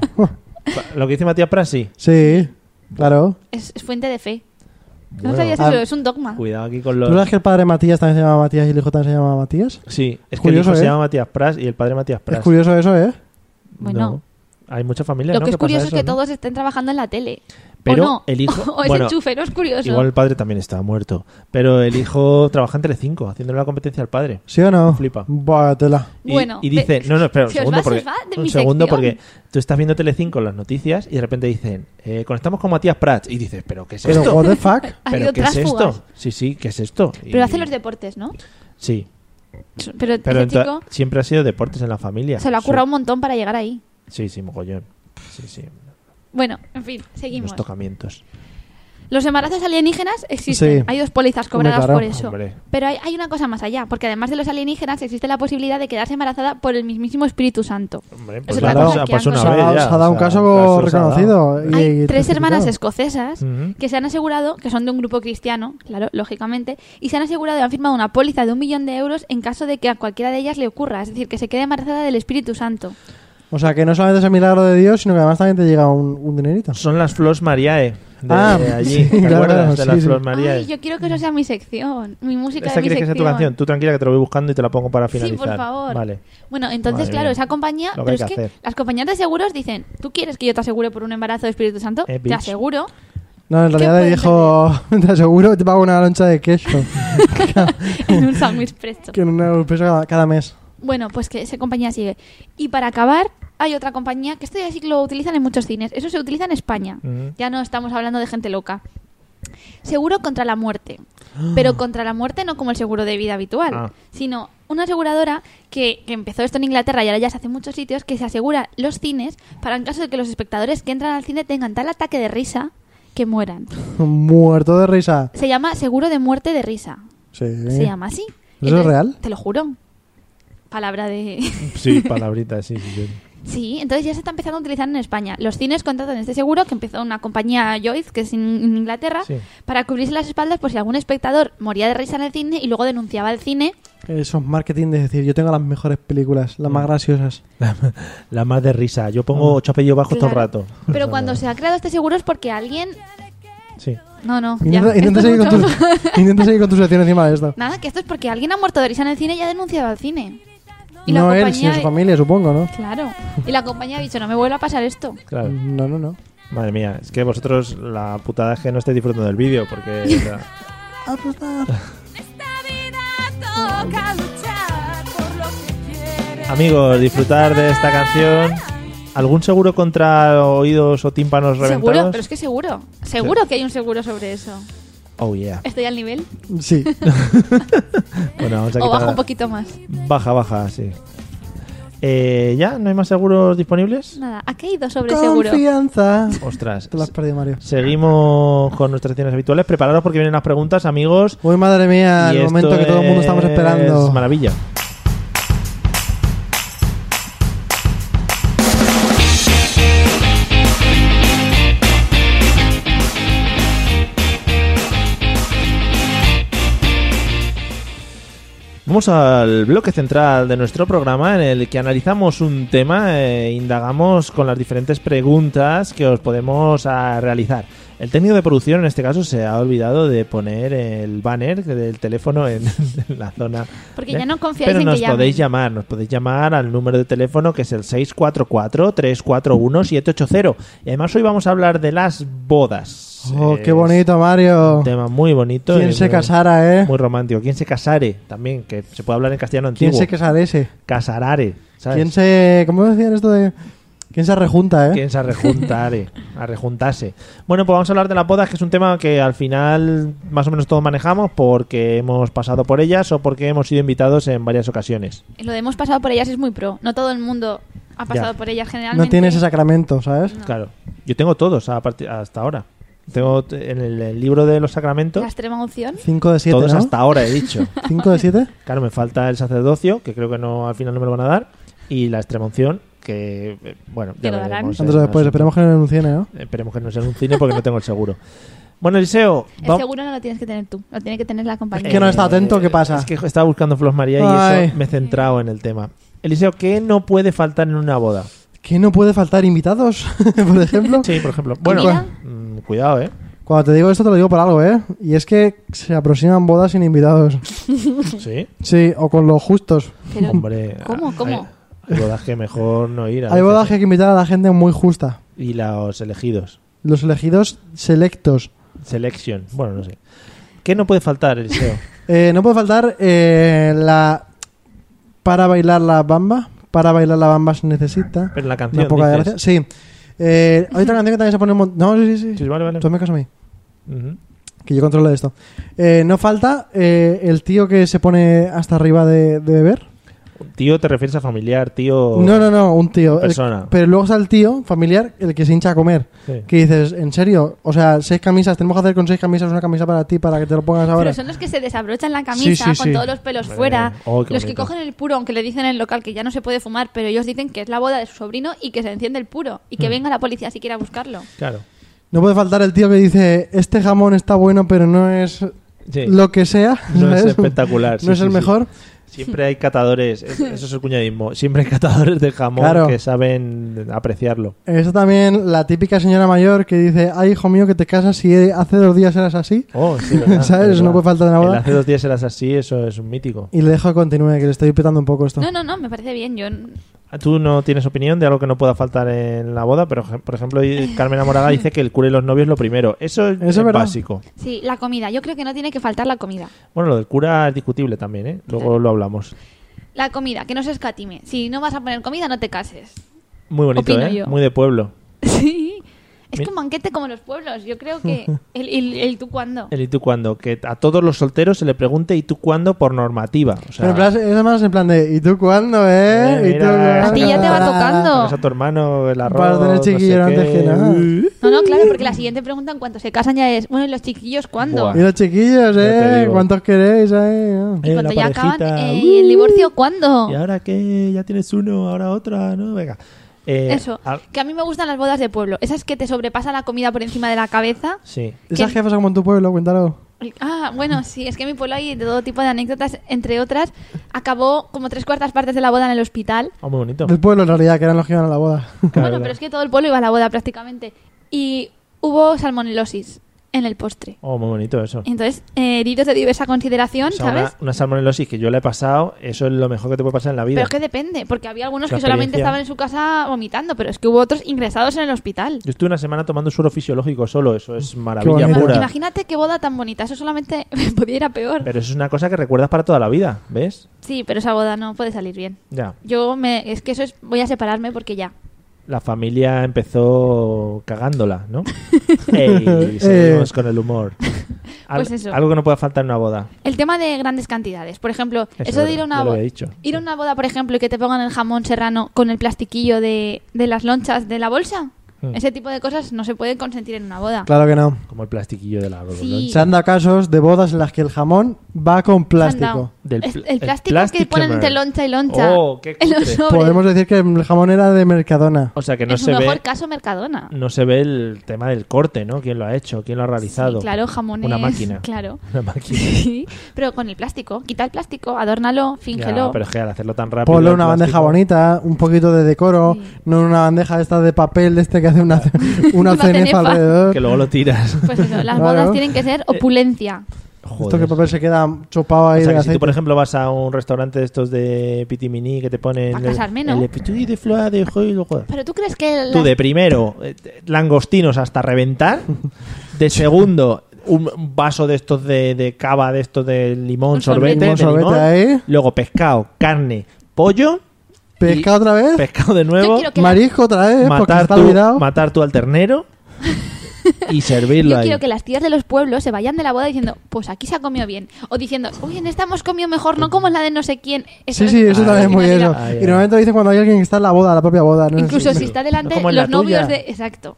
S3: <laughs>
S2: creo.
S1: Lo que dice Matías Pras, sí.
S2: sí, claro.
S3: Es, es fuente de fe.
S1: Bueno,
S3: no sabías
S2: Ah.
S3: eso, es un dogma.
S1: Cuidado aquí con
S2: ¿Tú
S1: los...
S2: sabes que el padre Matías también se llama Matías y el hijo también se llama Matías?
S1: Sí, es
S2: Es
S1: que el hijo
S2: curioso,
S1: se
S2: ¿eh?
S1: llama Matías Pras y el padre Matías Pras.
S2: Es curioso eso, ¿eh?
S3: Bueno.
S1: No. Hay mucha familia,
S3: Lo
S1: ¿no?
S3: que es
S1: pasa
S3: curioso
S1: eso,
S3: es que
S1: ¿no?
S3: todos estén trabajando en la tele.
S1: Pero
S3: o no.
S1: el hijo-
S3: <laughs> o es
S1: bueno,
S3: enchufe, no es curioso.
S1: Igual el padre también está muerto. Pero el hijo trabaja en Telecinco, haciéndole la competencia al padre.
S2: ¿Sí o no?
S1: Flipa.
S2: Buah, tela.
S1: Y,
S3: Bueno,
S1: y dice,
S3: ve-
S1: no, no, espera, un
S3: se os
S1: segundo,
S3: va, se
S1: porque,
S3: os va de
S1: un
S3: mi
S1: segundo
S3: sección.
S1: porque tú estás viendo Telecinco las noticias y de repente dicen, eh, conectamos con Matías Prats y dices, pero ¿qué es
S2: Pero,
S1: esto?
S2: what
S1: <laughs>
S2: the fuck?
S3: Ha
S1: ¿Pero
S3: habido
S1: qué es
S3: tránsfugas.
S1: esto? Sí, sí, ¿qué es esto?
S3: Pero
S1: Y-
S3: hacen los deportes, ¿no?
S1: Sí,
S3: Pero,
S1: pero
S3: ese
S1: ento-
S3: chico
S1: siempre ha sido deportes en la familia.
S3: se lo ha currado un montón para llegar ahí.
S1: Sí, sí, mogollón. Sí, sí,
S3: Bueno, en fin, seguimos.
S1: los tocamientos.
S3: Los embarazos alienígenas existen.
S2: Sí.
S3: Hay dos pólizas
S2: Hombre,
S3: cobradas
S2: claro.
S3: por eso.
S1: Hombre.
S3: Pero hay, hay una cosa más allá, porque además de los alienígenas existe la posibilidad de quedarse embarazada por el mismísimo Espíritu Santo.
S1: Hombre,
S3: Es
S1: pues
S3: otra
S1: claro,
S3: cosa
S1: o sea,
S3: que
S1: pasó
S3: han
S1: una
S2: Se ha
S1: vez
S2: dado-
S1: ya,
S2: se ha dado
S1: o
S2: un
S1: sea,
S2: caso
S1: se ha dado.
S2: reconocido. y-
S3: Hay
S2: y
S3: tres hermanas
S2: certificado.
S3: escocesas
S1: Ujú.
S3: que se han asegurado, que son de un grupo cristiano, claro, lógicamente, y se han asegurado y han firmado una póliza de un millón de euros en caso de que a cualquiera de ellas le ocurra, es decir, que se quede embarazada del Espíritu Santo.
S2: O sea, que no solamente es el milagro de Dios, sino que además también te llega un, un dinerito.
S1: Son las Flos Mariae de
S2: Ah,
S1: allí.
S2: sí,
S1: ¿Te
S2: claro,
S1: acuerdas de
S2: sí,
S1: las
S2: sí.
S1: Flos Mariae?
S3: Ay, yo quiero que eso sea mi sección, mi música
S1: mm. ¿Esta
S3: de mi
S1: quieres que sea
S3: sección.
S1: tu canción? Tú tranquila que te lo voy buscando y te la pongo para finalizar.
S3: Sí, por favor. <laughs>
S1: Vale.
S3: Bueno, entonces,
S1: Madre
S3: claro,
S1: mía.
S3: esa compañía.
S1: Lo que
S3: pero
S1: hay
S3: es
S1: que
S3: que
S1: hacer.
S3: las compañías de seguros dicen: ¿Tú quieres que yo te asegure por un embarazo de Espíritu Santo?
S1: Eh, <laughs>
S3: te
S1: bitch.
S3: aseguro. <laughs>
S2: No, en realidad le
S3: puede
S2: dijo, <laughs> te aseguro, te pago una loncha de
S3: <laughs>
S2: queso.
S3: en un sándwich presto.
S2: que en un peso cada, cada mes.
S3: Bueno, pues que esa compañía sigue. Y para acabar, hay otra compañía que esto ya sí que lo utilizan en muchos cines. Eso se utiliza en España. Ya no estamos hablando de gente loca. Seguro contra la muerte.
S2: <gasps>
S3: Pero contra la muerte no como el seguro de vida habitual,
S1: Ah.
S3: sino una aseguradora que, que empezó esto en Inglaterra y ahora ya se hace en muchos sitios, que se asegura los cines para en caso de que los espectadores que entran al cine tengan tal ataque de risa que mueran.
S2: Muerto de risa.
S3: Se llama seguro de muerte de risa.
S2: Sí.
S3: Se llama así.
S2: ¿Eh? es real?
S3: Te lo juro. Palabra de...
S2: <laughs>
S1: Sí, palabrita, sí, sí. sí.
S3: Sí, entonces ya se está empezando a utilizar en España. Los cines contratan este seguro que empezó una compañía Joyce, que es in- en Inglaterra,
S1: Sí.
S3: para cubrirse las espaldas por si algún espectador moría de risa en el cine y luego denunciaba
S2: <laughs>
S3: al cine.
S2: Eso es marketing de decir, yo tengo las mejores películas, las más
S1: Mm.
S2: graciosas.
S1: La más de risa. Yo
S2: Ah.
S1: pongo ocho apellidos bajos todo el
S3: Claro.
S1: rato. O sea,
S3: Pero cuando se ha creado este seguro es porque alguien...
S1: Sí.
S3: No, no. ya.
S2: Intenta, intenta
S3: Esto es
S2: seguir con
S3: mucho-
S2: tu, intenta seguir con tu sección encima de esto.
S3: <laughs> Nada, que esto es porque alguien ha muerto de risa en el cine y ha denunciado al cine. Y la
S2: No él,
S3: compañía-
S2: sino su familia, supongo, ¿no?
S3: Claro. Y la compañía ha dicho, no me vuelva a pasar esto.
S1: Claro.
S2: No, no, no.
S1: Madre mía, es que vosotros la putada es que no estáis disfrutando del vídeo porque... o sea, <laughs> Amigos, disfrutar de esta canción. ¿Algún seguro contra oídos o tímpanos
S3: Seguro,
S1: reventados?
S3: pero es que seguro. Seguro que hay un seguro sobre eso.
S1: Oh yeah.
S3: ¿Estoy al nivel?
S2: Sí.
S1: Bueno, vamos a
S3: <laughs> ¿O
S1: quitar-
S3: bajo un poquito más?
S1: Baja, baja, sí. Eh, ¿Ya? ¿No hay más seguros disponibles?
S3: Nada, ha caído sobre seguro.
S2: Confianza.
S1: Ostras.
S2: Te lo has perdido, Mario.
S1: Seguimos con nuestras secciones habituales. Prepararos porque vienen las preguntas, amigos.
S2: Uy, madre mía,
S1: Y
S2: Ah, el
S1: esto
S2: momento que todo el mundo estamos
S1: es
S2: esperando.
S1: Maravilla. Vamos al bloque central de nuestro programa en el que analizamos un tema e indagamos con las diferentes preguntas que os podemos ah, realizar. El técnico de producción en este caso se ha olvidado de poner el banner del teléfono en, <laughs> en la zona.
S3: Porque
S1: ¿eh?
S3: ya no confiáis
S1: Pero
S3: en que
S1: nos
S3: llamen.
S1: podéis llamar, nos podéis llamar al número de teléfono que es el 644-341-780. Y además hoy vamos a hablar de las bodas.
S2: Oh, qué
S1: Es
S2: bonito, Mario.
S1: Un tema muy bonito. y
S2: ¿Quién se
S1: muy-
S2: casara, eh?
S1: muy romántico. ¿Quién se casare? También, que se puede hablar en castellano antiguo.
S2: ¿Quién se casarese?
S1: Casarare. ¿sabes?
S2: ¿Quién se... ¿Cómo decían esto de...? ¿Quién se rejunta, eh?
S1: ¿Quién se
S2: <laughs>
S1: arrejuntare? Arrejuntase. Bueno, pues vamos a hablar de las bodas, que es un tema que al final más o menos todos manejamos porque hemos pasado por ellas o porque hemos sido invitados en varias ocasiones.
S3: Lo de hemos pasado por ellas es muy pro. No todo el mundo ha pasado
S1: Ya.
S3: por ellas generalmente.
S2: No tiene ese sacramento, ¿sabes?
S1: Claro. Yo tengo todos a partir- hasta ahora. Tengo t- en el, el libro de los sacramentos.
S3: La extrema unción.
S2: 5 de 7,
S1: Todos
S2: ¿no?
S1: hasta
S2: <laughs>
S1: ahora, he dicho.
S2: 5
S1: <laughs>
S2: de 7.
S1: Claro, me falta el sacerdocio, que creo que no al final no me lo van a dar, y la extremunción, que eh, bueno,
S3: Te
S1: ya
S3: lo
S1: veremos
S3: darán.
S1: en
S2: Antes o después,
S1: asunto.
S2: pues, esperemos que no anuncien, ¿no?
S1: Esperemos que no sea en un cine porque no tengo el seguro. Bueno, Eliseo,
S3: El
S1: va-
S3: seguro no lo tienes que tener tú, lo tiene que tener la compañía.
S2: Es que no está atento, ¿qué
S1: eh,
S2: pasa?
S1: Es que estaba buscando Flos María y
S2: Ay.
S1: eso me he centrado en el tema. Eliseo, ¿qué no puede faltar en una boda?
S2: ¿Que no puede faltar invitados, <laughs> por ejemplo?
S1: Sí, por ejemplo. Bueno,
S3: ¿Comida?
S1: mm, cuidado, ¿eh?
S2: Cuando te digo esto, te lo digo por algo, ¿eh? Y es que se aproximan bodas sin invitados.
S1: Sí.
S2: Sí, o con los justos.
S3: Pero,
S1: Hombre.
S3: ¿Cómo,
S1: hay-
S3: cómo?
S1: Hay, bodas que mejor no ir. a
S2: Hay
S1: veces, ¿eh?
S2: bodas que hay que invitar a la gente muy justa.
S1: Y los elegidos.
S2: Los elegidos selectos.
S1: Selection. Bueno, no sé. ¿Qué no puede faltar, <laughs> Eliseo?
S2: Eh, no puede faltar eh, la... Para bailar la bamba. Para bailar la bamba se necesita.
S1: Pero la canción.
S2: Una poca
S1: dices.
S2: gracia. Sí. Eh, hay otra canción que también se pone un montón... No, sí, sí,
S1: Sí,
S2: sí.
S1: vale, vale.
S2: Tú me caso a mí.
S1: Ujú.
S2: Que yo controlo esto. Eh, no falta eh, el tío que se pone hasta arriba de, de beber.
S1: Tío, ¿te refieres a familiar, tío?
S2: No, no, no, un tío. El-
S1: Oh. Persona.
S2: pero luego está el tío familiar, el que se hincha a comer.
S1: Sí.
S2: Que dices, ¿en serio? O sea, seis camisas, tenemos que hacer con seis camisas una camisa para ti, para que te lo pongas ahora.
S3: pero son los que se desabrochan la camisa
S2: Sí, sí,
S3: con
S2: sí.
S3: todos los pelos
S1: Vale.
S3: fuera.
S1: Oh, qué
S3: los que
S1: bonito.
S3: cogen el puro, aunque le dicen en el local que ya no se puede fumar, pero ellos dicen que es la boda de su sobrino y que se enciende el puro. Y
S2: Mm.
S3: que venga la policía si quiere a buscarlo.
S1: Claro.
S2: No puede faltar el tío que dice, este jamón está bueno, pero no es
S1: Sí.
S2: lo que sea.
S1: <laughs> No es
S2: ¿sabes?
S1: espectacular, sí,
S2: no es
S1: sí,
S2: el
S1: sí.
S2: mejor.
S1: Siempre hay catadores,
S3: <laughs>
S1: es- eso es el cuñadismo, siempre hay catadores de jamón
S2: Claro.
S1: que saben apreciarlo.
S2: Está también la típica señora mayor que dice, ay, hijo mío, que te casas si hace dos días eras así.
S1: Oh,
S2: <laughs>
S1: sí, ¿verdad?
S2: ¿Sabes?
S1: ¿Verdad?
S2: No puede faltar en la
S1: El
S2: boda.
S1: hace dos días eras así, eso es un mítico.
S2: Y le dejo que continúe, que le estoy petando un poco esto.
S3: No, no, no, me parece bien. Yo n-
S1: ¿A Tú no tienes opinión de algo que no pueda faltar en la boda, pero por ejemplo, y- Carmen Amorada dice que el cura y los novios lo primero. Eso, es
S2: es verdad.
S1: básico.
S3: Sí, la comida. Yo creo que no tiene que faltar la comida.
S1: Bueno, lo del cura es discutible también, ¿eh? Luego lo hablamos.
S3: La comida, que no se escatime. Si no vas a poner comida, no te
S1: <laughs>
S3: cases.
S1: Muy bonito,
S3: Opino
S1: ¿eh?
S3: yo.
S1: Muy de pueblo.
S3: Sí. Es
S1: Mi-
S3: que un banquete como los pueblos. Yo
S1: <laughs>
S3: creo que el, el, el tú cuándo.
S1: El ¿y tú cuándo? Que a todos los solteros se le pregunte ¿y tú cuándo? por normativa. O sea,
S2: Pero en plan, es más en plan de, ¿y tú cuándo, eh?
S1: Eh,
S2: ¿Y tú
S1: mira,
S2: cuándo?
S3: A ti ya te va tocando.
S1: pones a tu hermano el arroz.
S2: Para tener
S1: no sé
S2: chiquillo
S1: qué.
S2: antes que nada.
S1: Uh,
S3: No, no, claro, porque la siguiente pregunta en cuanto se casan ya es, bueno, ¿y los chiquillos cuándo?
S1: Buah.
S2: ¿Y los chiquillos,
S1: Ya te
S2: eh?
S1: digo.
S2: ¿Cuántos queréis, eh? Ah.
S3: Y
S1: eh,
S3: cuando
S1: la
S3: ya acaban,
S1: parejita,
S3: eh,
S1: uh,
S3: ¿y el divorcio cuándo?
S1: ¿Y ahora qué? Ya tienes uno, ahora otra, ¿no? Venga. Eh,
S3: Eso,
S1: al-
S3: que a mí me gustan las bodas de pueblo. Esas que te sobrepasa la comida por encima de la cabeza.
S1: Sí.
S2: Esas
S3: ¿Qué?
S2: jefas como en tu pueblo, cuéntalo.
S3: Ah, bueno, sí, es que en mi pueblo hay de todo tipo de anécdotas. Entre otras, acabó como tres cuartas partes de la boda en el hospital.
S1: Oh, muy bonito.
S2: Del pueblo, en realidad, que eran los que iban a la
S3: <laughs>
S2: boda.
S3: Bueno, pero es que todo el pueblo iba a la boda prácticamente. Y hubo salmonelosis en el postre.
S1: Oh, muy bonito eso.
S3: Entonces, eh, heridos de diversa consideración,
S1: O sea,
S3: ¿sabes?
S1: Pues una, una salmonelosis que yo la he pasado, eso es lo mejor que te puede pasar en la vida.
S3: Pero es que depende, porque había algunos
S1: La
S3: que solamente
S1: experiencia.
S3: estaban en su casa vomitando, pero es que hubo otros ingresados en el hospital.
S1: Yo estuve una semana tomando suero fisiológico solo, eso es maravilla
S2: bonito.
S3: Ima-
S1: pura.
S3: Imagínate qué boda tan bonita, eso solamente <laughs> podía ir a peor.
S1: Pero eso es una cosa que recuerdas para toda la vida, ¿ves?
S3: Sí, pero esa boda no puede salir bien.
S1: Ya.
S3: Yo me, es que eso es, voy a separarme porque ya.
S1: La familia empezó cagándola,
S3: <laughs>
S1: ¿no? Ey, seguimos con el humor. Al-
S3: Pues eso.
S1: Algo que no pueda faltar en una boda.
S3: El tema de grandes cantidades, por ejemplo,
S1: Eso
S3: eso,
S1: lo-
S3: de ir a
S1: ya
S3: una
S1: lo
S3: boda,
S1: había dicho.
S3: ir a una boda, por ejemplo, y que te pongan el jamón serrano con el plastiquillo de, de las lonchas de la bolsa.
S1: Hmm.
S3: Ese tipo de cosas no se pueden consentir en una boda.
S2: Claro que no.
S1: Como el plastiquillo de la
S3: Sí.
S2: Se han dado casos de bodas en las que el jamón va con plástico.
S3: Anda.
S1: Del
S3: Es-
S1: pl- el
S3: el plástico que
S1: plastic
S3: ponen
S1: comer.
S3: entre loncha y loncha.
S1: Oh, qué
S3: <laughs> en los
S1: cutre.
S3: sobres.
S2: Podemos decir que el jamón era de Mercadona.
S1: O sea que no
S3: es
S1: se
S3: un
S1: ve
S3: mejor caso Mercadona.
S1: no se ve el tema del corte, ¿no? ¿Quién lo ha hecho? ¿Quién lo ha realizado?
S3: Sí, claro, jamones.
S1: Una máquina.
S3: <laughs> Claro.
S1: Una máquina.
S3: Sí, pero con el plástico. Quita el plástico, adórnalo,
S1: Ya,
S3: fíngelo.
S1: pero es que al hacerlo tan rápido.
S2: Ponle
S1: el
S2: una bandeja
S1: plástico-
S2: bonita, un poquito de decoro,
S3: Sí.
S2: no una bandeja esta de papel de este que hace
S3: <laughs>
S2: una, una,
S3: Una
S2: cenefa,
S3: cenefa.
S2: alrededor.
S1: Que luego lo tiras.
S3: Pues eso,
S1: <laughs>
S3: las
S2: Claro.
S3: bodas tienen que
S1: Eh,
S3: ser opulencia.
S2: <laughs> Esto
S1: Joder.
S2: que papel se queda chopado ahí
S1: O sea,
S2: de
S1: que si tú,
S2: aceite.
S1: por ejemplo, vas a un restaurante de estos de Pitimini que te ponen.
S3: Pa'
S1: el-
S3: casarme, ¿no?
S1: El epichuy de flor de ojo y luego-
S3: Pero tú crees que. las-
S1: Tú de primero, eh, langostinos hasta reventar. De segundo, un vaso de estos de, de cava, de estos de limón,
S3: Un
S1: sorbete.
S3: sorbete.
S1: de
S2: Un sorbete
S1: limón.
S2: ahí.
S1: Luego pescado, carne, pollo,
S2: Pesca otra vez,
S1: pescado de
S3: Yo
S1: nuevo.
S3: quiero que, la-
S2: marisco otra vez, porque se
S1: Matar
S2: está
S1: tu,
S2: olvidado.
S1: matar tú al ternero
S3: <laughs>
S1: y servirlo
S3: yo
S1: ahí.
S3: quiero que las tías de los pueblos se vayan de la boda diciendo, pues aquí se ha comido bien. O diciendo, uy, en esta hemos comido mejor, no como en la de no sé quién.
S2: Sí, sí, eso
S3: es
S2: también es muy
S3: imagina-
S2: eso.
S1: Ah, ya.
S2: Y normalmente lo dicen cuando hay alguien que está en la boda, la propia boda. ¿no?
S3: Incluso
S2: Sí.
S3: si está delante
S1: No como en la
S3: los novios
S1: tuya.
S3: de. Exacto.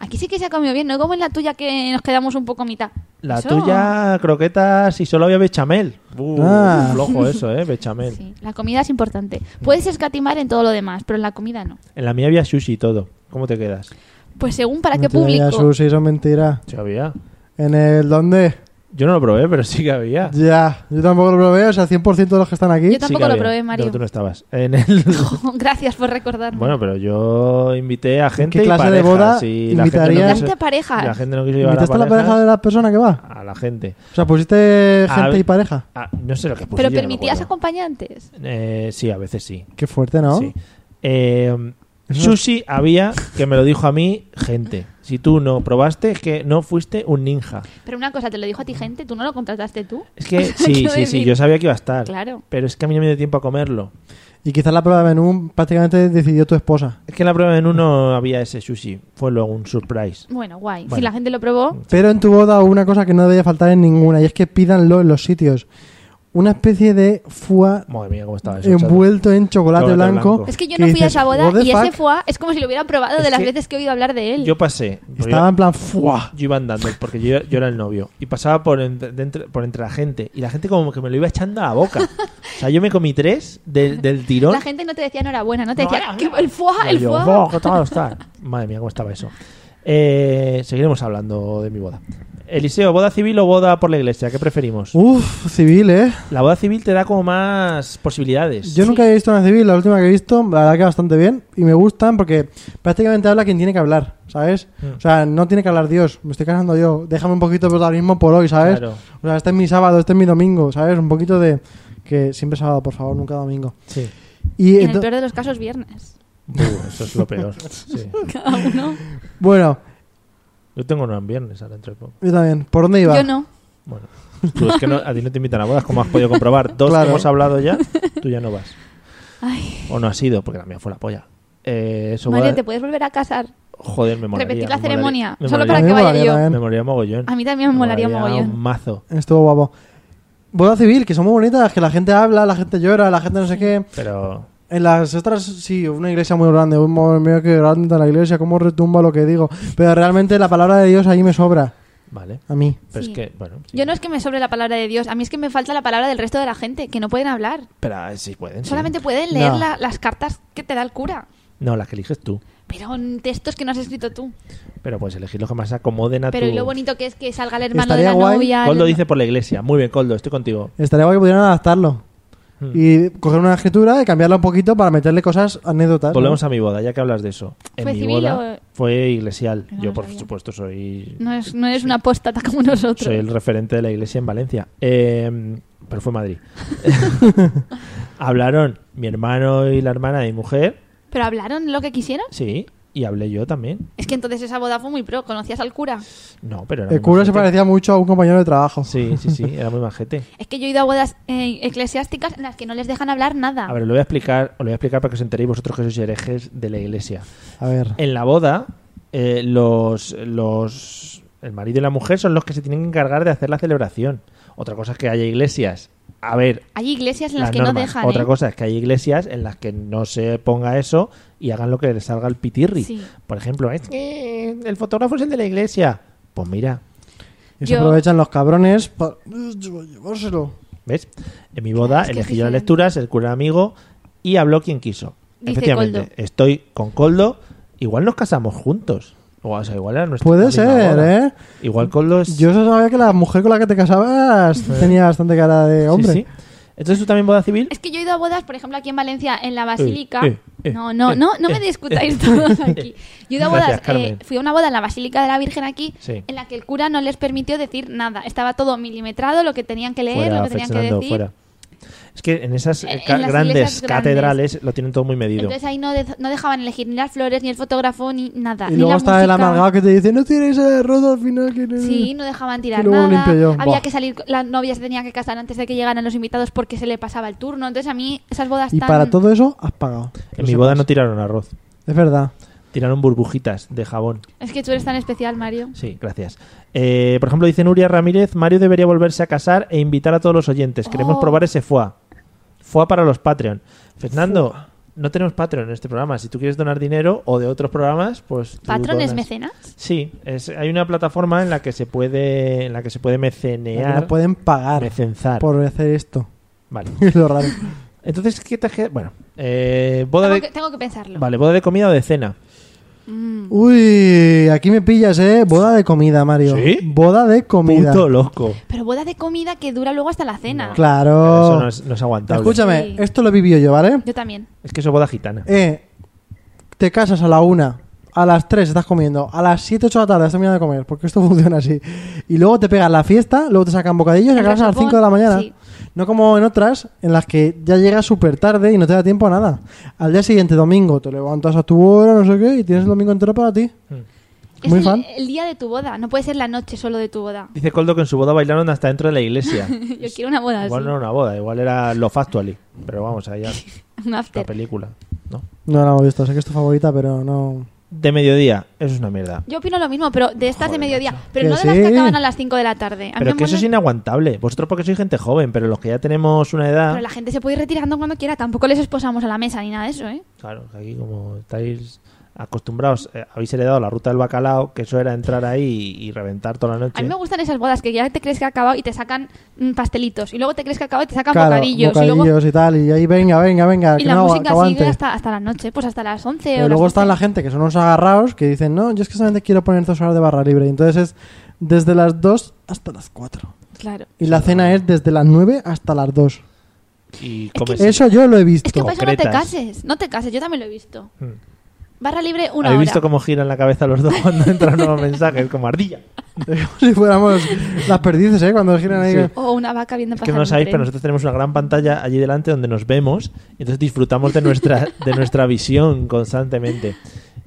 S3: Aquí sí que se ha comido bien, no como en la tuya que nos quedamos un poco a mitad.
S1: La
S3: Eso-
S1: tuya, croquetas, y solo había bechamel. Uh,
S2: Ah.
S1: Flojo eso, ¿eh? Bechamel.
S3: Sí, la comida es importante. Puedes escatimar en todo lo demás, pero en la comida no.
S1: En la mía había sushi y todo. ¿Cómo te quedas?
S3: Pues según para qué
S2: Mentira,
S3: público.
S2: ya, Susi, eso es mentira.
S1: Sí, había.
S2: ¿En el dónde?
S1: Yo no lo probé, pero sí que había.
S2: Ya, yo tampoco lo probé, o sea, 100% de los que están aquí.
S3: Yo tampoco
S1: Sí que
S3: lo
S1: había.
S3: probé, Mario.
S1: No, tú no estabas. En
S3: <laughs>
S1: el...
S3: Gracias por recordarme.
S1: bueno, pero yo invité a gente
S2: ¿Qué
S1: y
S2: clase de
S1: parejas, y la
S2: boda
S1: gente no
S2: invitarías?
S1: quiso-
S3: Invitaste parejas.
S1: La gente no quiso llevar a
S2: ¿Invitaste a la pareja de
S1: parejas,
S2: la persona que va?
S1: a la gente.
S2: O sea, pusiste
S1: A
S2: gente
S1: ver.
S2: y pareja.
S1: Ah, no sé lo que puse.
S3: pero
S1: yo no me
S3: permitías
S1: acuerdo.
S3: acompañantes.
S1: Eh, sí, a veces sí.
S2: Qué fuerte, ¿no?
S1: Sí. Eh,
S2: Eso no-
S1: sushi había, que me lo dijo a mí, gente. Si tú no probaste, es que no fuiste un ninja.
S3: Pero una cosa, te lo dijo a ti gente, tú no lo contrataste tú.
S1: Es que
S3: sea,
S1: sí,
S3: quiero
S1: sí, sí,
S3: decir-
S1: yo sabía que iba a estar.
S3: Claro.
S1: Pero es que a mí no me dio tiempo a comerlo.
S2: Y quizás la prueba de menú prácticamente decidió tu esposa.
S1: Es que en la prueba de menú no había ese sushi. Fue luego un surprise.
S3: Bueno, guay.
S1: Bueno.
S3: Si la gente lo probó,
S2: Pero en tu boda hubo una cosa que no debía faltar en ninguna, y es que pídanlo en los sitios. Una especie de foie
S1: Madre mía, cómo estaba eso. chato.
S2: envuelto en chocolate,
S1: Chocolate
S2: blanco.
S1: blanco.
S3: es que yo
S2: ¿Qué
S3: no fui a
S2: dices?
S3: esa boda
S2: What the
S3: y ese
S2: fuck?
S3: foa es como si lo hubieran probado
S1: Es
S3: de las
S1: que-
S3: veces que he oído hablar de él.
S1: Yo pasé. porque
S2: Estaba en plan fuá.
S1: Yo, yo iba andando porque yo, yo era el novio. Y pasaba por, en- de entre, por entre la gente. Y la gente como que me lo iba echando a la boca. O sea, yo me comí tres del, del tirón.
S3: La gente no te decía enhorabuena, no te
S1: No,
S3: decía
S1: no,
S3: "Que
S1: no".
S3: el <laughs> foie,
S1: Y
S3: el
S1: yo, oh,
S3: foie.
S1: "Buah, qué tal está". Madre mía, cómo estaba eso. Eh, seguiremos hablando de mi boda. Eliseo, ¿boda civil o boda por la iglesia? ¿Qué preferimos?
S2: Uf, civil, ¿eh?
S1: La boda civil te da como más posibilidades.
S2: Yo nunca había visto una civil, la última que he visto, la verdad que bastante bien, y me gustan porque prácticamente habla quien tiene que hablar, ¿sabes?
S1: Mm.
S2: O sea, no tiene que hablar Dios, me estoy casando yo, déjame un poquito de protagonismo por hoy, ¿sabes?
S1: Claro.
S2: O sea, este es mi sábado, este es mi domingo, ¿sabes? Un poquito de... que siempre sábado, por favor, nunca domingo.
S1: Sí.
S2: Y
S3: Y en el
S2: ento-
S3: peor de los casos, viernes.
S1: Uh, eso es lo peor. Sí.
S3: Cada uno.
S2: Bueno,
S1: Yo tengo una en viernes ahora entre poco.
S2: yo también. ¿Por dónde iba?
S3: Yo no.
S1: Bueno, tú es que no- a ti no te invitan a bodas, como has podido comprobar. Dos
S2: Claro.
S1: que hemos hablado ya, tú ya no vas.
S3: Ay,
S1: O no has ido, porque la mía fue la polla. Eh, eso
S3: Mario,
S1: boda-
S3: te puedes volver a casar.
S1: Joder, me molaría.
S3: Repetir la
S1: me
S3: ceremonia,
S1: molaría. Me
S3: solo
S2: A
S3: para
S2: mí
S1: molaría- ¿eh?
S3: que
S2: me molaría
S3: vaya yo.
S1: Me
S2: también.
S1: molaría mogollón.
S3: A mí también me molaría
S1: Un
S3: mogollón.
S1: mazo.
S2: Estuvo guapo. Boda civil, que son muy bonitas, que la gente habla, la gente llora, la gente no sé qué.
S1: Pero
S2: En las otras, sí, una iglesia muy grande. Un madre mía, qué grande está la iglesia, cómo retumba lo que digo. Pero realmente la palabra de Dios ahí me sobra.
S1: Vale.
S2: A mí.
S1: Pero
S3: Sí.
S1: es que, bueno. sí.
S3: Yo no es que me sobre la palabra de Dios, a mí es que me falta la palabra del resto de la gente, que no pueden hablar.
S1: Pero ah, sí pueden. sí.
S3: Solamente pueden leer
S2: No.
S3: la- las cartas que te da el cura.
S1: No, las que eliges tú.
S3: Pero en textos que no has escrito tú.
S1: Pero puedes elegir los que más se acomoden a
S3: Pero
S1: tu.
S3: y lo bonito que es que salga el hermano
S2: Estaría
S3: de la
S2: guay.
S3: novia.
S1: Coldo
S3: el-
S1: dice por la iglesia. Muy bien, Coldo, estoy contigo.
S2: Estaría guay que pudieran adaptarlo.
S1: Hmm.
S2: Y coger una escritura y cambiarla un poquito para meterle cosas anécdotas. ¿no?
S1: Volvemos a mi boda, ya que hablas de eso. En
S3: ¿Fue
S1: mi
S3: civil
S1: boda
S3: o-
S1: fue iglesial.
S3: No
S1: Yo,
S3: lo
S1: por
S3: sabía.
S1: supuesto, soy.
S3: No es, no es una apóstata como nosotros.
S1: Soy el referente de la iglesia en Valencia. Eh, pero fue
S3: <laughs>
S1: Madrid. Hablaron mi hermano y la hermana de mi mujer.
S3: Pero hablaron lo que quisieron.
S1: Sí. Y hablé yo también.
S3: Es que entonces esa boda fue muy pro. ¿Conocías al cura?
S1: No, pero era
S2: El
S1: muy
S2: cura se
S1: majete.
S2: parecía mucho a un compañero de trabajo.
S1: Sí, sí, sí. Era muy majete.
S3: Es que yo he ido a bodas eh, eclesiásticas en las que no les dejan hablar nada.
S1: A ver, lo voy a explicar, os lo voy a explicar para que os enteréis vosotros que sois herejes de la iglesia.
S2: A ver.
S1: En la boda, eh, los, los el marido y la mujer son los que se tienen que encargar de hacer la celebración. Otra cosa es que haya iglesias. A ver,
S3: Hay iglesias en las,
S1: las
S3: que no
S1: normas.
S3: dejan.
S1: Otra
S3: ¿eh?
S1: cosa es que hay iglesias en las que no se ponga eso y hagan lo que les salga el pitirri.
S3: Sí.
S1: Por ejemplo, es que el fotógrafo es el de la iglesia. Pues mira,
S2: Y se
S3: Yo-
S2: aprovechan los cabrones para llevárselo.
S1: ¿Ves? En mi boda
S3: es que es
S1: elegí yo las
S3: diferente.
S1: lecturas, el cura amigo y habló quien quiso.
S3: Dice
S1: Efectivamente,
S3: Coldo.
S1: estoy con Coldo. Igual nos casamos juntos. O sea, igual era nuestra
S2: Puede
S1: la misma
S2: ser,
S1: boda.
S2: ¿eh?
S1: Igual Coldo es.
S2: Yo solo sabía que la mujer con la que te casabas tenía bastante cara de
S1: Sí,
S2: hombre.
S1: sí. Entonces tú también boda civil.
S3: Es que yo he ido a bodas, por ejemplo, aquí en Valencia, en la Basílica.
S1: eh, eh,
S3: no, no,
S1: eh,
S3: no, no
S1: eh,
S3: me discutáis
S1: eh,
S3: todos
S1: <laughs>
S3: aquí. Yo he ido a bodas,
S1: Gracias, Carmen.
S3: eh, fui a una boda en la Basílica de la Virgen aquí,
S1: Sí.
S3: en la que el cura no les permitió decir nada. Estaba todo milimetrado, lo que tenían que leer,
S1: fuera,
S3: lo que tenían que
S1: Fernando,
S3: decir.
S1: fuera. Es que en esas eh,
S3: Eh, en
S1: ca-
S3: las
S1: grandes
S3: iglesias grandes.
S1: catedrales lo tienen todo muy medido.
S3: Entonces ahí no, de- no dejaban elegir ni las flores, ni el fotógrafo, ni nada.
S2: Y
S3: ni
S2: luego
S3: la
S2: está el
S3: música.
S2: amargado que te dice, no tienes esa derrota al final. Que no".
S3: Sí, no dejaban
S2: Y
S3: tirar
S2: luego
S3: nada.
S2: limpio yo.
S3: Había
S2: Buah.
S3: que salir, la novia se tenía que casar antes de que llegaran los invitados porque se le pasaba el turno. Entonces a mí esas bodas
S2: Y
S3: tan...
S2: para todo eso has pagado. Que
S1: en
S2: lo
S1: mi boda no
S2: sepas.
S1: tiraron arroz,
S2: Es verdad.
S1: tiraron burbujitas de jabón.
S3: Es que tú eres tan especial, Mario.
S1: Sí, gracias. Eh, por ejemplo, dice Nuria Ramírez, Mario debería volverse a casar e invitar a todos los oyentes. Queremos
S3: Oh.
S1: probar ese foie. Foie para los Patreon. Fernando, no tenemos Patreon en este programa. Si tú quieres donar dinero o de otros programas, pues... tú
S3: ¿Patrones
S1: donas.
S3: mecenas?
S1: Sí, es- hay una plataforma en la que se puede, en la que se puede
S2: Porque
S1: mecenear,
S2: Nos pueden pagar
S1: mecenzar.
S2: por hacer esto. <laughs>
S1: Vale.
S2: Es lo raro.
S1: Entonces, ¿qué te queda? Bueno, eh, boda
S3: Tengo
S1: de...
S3: que, tengo que pensarlo.
S1: Vale, boda de comida o de cena.
S2: Uy, aquí me pillas, ¿eh? Boda de comida, Mario.
S1: ¿Sí?
S2: Boda de comida.
S1: Punto loco.
S3: Pero boda de comida que dura luego hasta la cena.
S2: Claro.
S1: Eso no es, no es aguantable.
S2: Escúchame,
S3: Sí.
S2: esto lo he vivido yo, ¿vale?
S3: Yo también.
S1: Es que eso es boda gitana.
S2: Eh, te casas a la una, a las tres estás comiendo, a las siete, ocho de la tarde estás terminando de comer, porque esto <laughs> funciona así. Y luego te pegas la fiesta, luego te sacan bocadillos y
S3: El
S2: acabas a las
S3: resopón,
S2: cinco de la mañana.
S3: sí.
S2: No como en otras, en las que ya llegas súper tarde y no te da tiempo a nada. Al día siguiente, domingo, te levantas a tu hora, no sé qué, y tienes el domingo entero para ti.
S3: Es
S2: Muy
S3: el, e-
S2: fan.
S3: el día de tu boda. No puede ser la noche solo de tu boda. <laughs>
S1: Dice Coldo que en su boda bailaron hasta dentro de la iglesia.
S3: Yo quiero una boda
S1: igual
S3: así.
S1: no era una boda, igual era lo factually. Pero vamos,
S3: <laughs>
S1: allá
S3: Un
S1: la
S3: after.
S1: película. ¿no?
S2: No la hemos visto, sé que es tu favorita, pero no.
S1: De mediodía, eso es una mierda.
S3: Yo opino lo mismo, pero de estas de mediodía. Pero
S2: Que
S3: no de las
S2: sí.
S3: que acaban a las 5 de la tarde. A mí
S1: Pero
S3: me
S1: que eso
S3: mola-
S1: es inaguantable. Vosotros porque sois gente joven, pero los que ya tenemos una edad...
S2: Ah.
S3: Pero la gente se puede ir retirando cuando quiera. Tampoco les esposamos a la mesa ni nada de eso, ¿eh?
S1: Claro, que aquí como estáis acostumbrados, eh, habéis heredado la ruta del bacalao, que eso era entrar ahí y, y reventar toda la noche.
S3: A mí me gustan esas bodas que ya te crees que ha acabado y te sacan mm, pastelitos. Y luego te crees que ha acabado y te sacan
S2: Claro,
S3: bocadillos. Y luego
S2: bocadillos y tal, y ahí venga, venga, venga,
S3: y
S2: que
S3: la
S2: no,
S3: música
S2: acabante.
S3: sigue hasta, hasta la noche, pues hasta las 11 o
S2: Pero
S3: las
S2: luego están
S3: 12.
S2: la gente que son unos agarrados que dicen, no, yo es que solamente quiero poner dos horas de barra libre. Entonces es desde las 2 hasta las 4.
S3: Claro.
S2: Y la cena es desde las 9 hasta las 2.
S1: Y comes...
S2: Eso yo lo he visto. <laughs>
S3: Es que por eso no te
S1: concretas.
S3: cases. No te cases, yo también lo he visto.
S1: Mm.
S2: Hmm.
S3: Barra libre
S1: ¿Habéis
S3: una hora.
S1: <laughs> visto cómo giran la cabeza los dos cuando entran nuevos mensajes? Como ardilla.
S2: Es como si fuéramos las perdices, ¿eh? Cuando giran ahí.
S1: Sí.
S3: O una vaca viendo
S1: Es
S3: pasar
S1: que no lo
S3: un
S1: sabéis,
S3: tren.
S1: pero nosotros tenemos una gran pantalla allí delante donde nos vemos y entonces disfrutamos de
S3: <laughs>
S1: nuestra, de nuestra visión constantemente.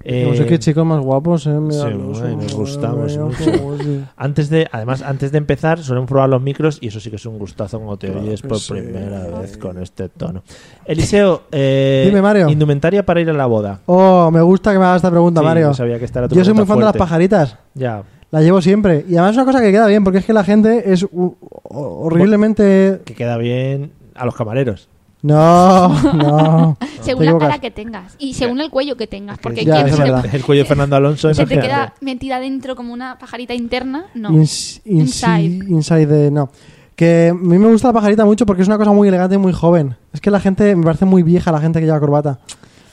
S1: Eh,
S2: No sé qué chicos más guapos, ¿eh?
S1: sí,
S2: Míralos,
S1: ay, nos
S2: oh,
S1: gustamos
S2: mira,
S1: mucho.
S2: cómo sí.
S1: Antes de, además, antes de empezar, suelen probar los micros y eso sí que es un gustazo cuando te
S2: Claro
S1: oyes
S2: que
S1: por
S2: sí.
S1: primera vez con este tono. Eliseo,
S2: <laughs>
S1: eh,
S2: Dime, Mario.
S1: indumentaria para ir a la boda.
S2: Oh, me gusta que me hagas esta pregunta,
S1: Sí,
S2: Mario.
S1: yo sabía que esta era tu
S2: Yo soy muy
S1: pregunta
S2: fan de las
S1: fuerte.
S2: pajaritas.
S1: Ya.
S2: La llevo siempre. Y además es una cosa que queda bien, porque es que la gente es u- o- horriblemente...
S1: Que queda bien a los camareros.
S2: No, <laughs> no.
S3: Según
S2: Te
S3: la
S2: equivocas.
S3: cara que tengas y según el cuello que tengas. Porque
S2: Ya,
S3: hay quien
S2: eso es
S3: se, le-
S2: verdad.
S1: El cuello de Fernando Alonso.
S3: se te
S1: imagínate.
S3: queda metida dentro como una pajarita interna. No.
S2: Ins- insi-
S3: Inside.
S2: inside de... No. Que a mí me gusta la pajarita mucho porque es una cosa muy elegante y muy joven. Es que la gente... Me parece muy vieja la gente que lleva corbata.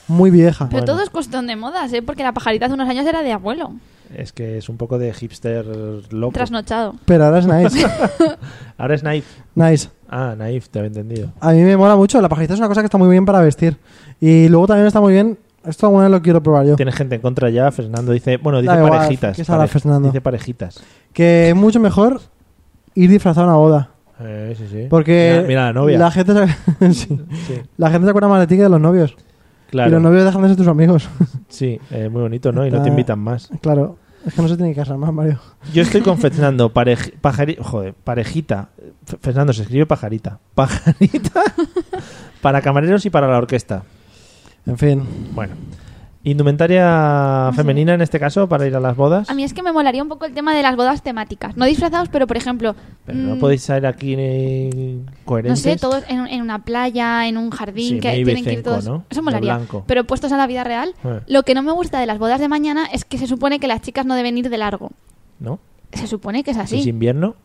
S2: Muy vieja.
S3: Pero todo es cuestión de modas, ¿eh? Porque la pajarita hace unos años era de abuelo,
S1: Es que es un poco de hipster loco.
S3: trasnochado.
S2: Pero ahora es
S3: <laughs>
S2: nice.
S1: Ahora es Naif.
S2: nice.
S1: Ah, Naif, te había entendido.
S2: A mí me mola mucho. La pajarita es una cosa que está muy bien para vestir. Y luego también está muy bien... Esto alguna vez lo quiero probar yo.
S1: Tienes gente en contra ya. Fernando dice, bueno, dice
S2: Da igual,
S1: parejitas.
S2: ¿qué sabrá Fernando?
S1: Dice parejitas.
S2: Que es mucho mejor ir disfrazado a una boda.
S1: Eh, sí, sí.
S2: Porque
S1: Mira, mira la novia.
S2: la gente se... <laughs> sí.
S1: Sí,
S2: La gente se acuerda más de ti que de los novios.
S1: claro.
S2: Y los novios dejan de ser tus amigos. <laughs>
S1: Sí, eh, muy bonito, ¿no? Y no
S2: Está-
S1: te invitan más.
S2: claro. Es que no se tiene que casar más, Mario.
S1: Yo estoy con Fernando, parej- pajari- joder, parejita. F- Fernando se escribe pajarita. Pajarita <laughs> para camareros y para la orquesta.
S2: En fin.
S1: Bueno.
S3: Ah,
S1: Indumentaria femenina en este caso para ir a las bodas.
S3: A mí es que me molaría un poco el tema de las bodas temáticas. No disfrazados, pero por ejemplo.
S1: Pero no
S3: mm,
S1: podéis salir aquí eh,
S3: No
S1: coherentes.
S3: sé, todos en, en una playa, en un
S1: Sí,
S3: jardín, que
S1: muy
S3: tienen que ir
S1: vicenco,
S3: todos.
S1: ¿no?
S3: Eso
S1: De
S3: molaría.
S1: blanco.
S3: Pero puestos a la vida real,
S1: Eh.
S3: lo que no me gusta de las bodas de mañana es que se supone que las chicas no deben ir de largo.
S1: ¿No?
S3: Se supone que es
S1: Si
S3: así.
S1: es invierno.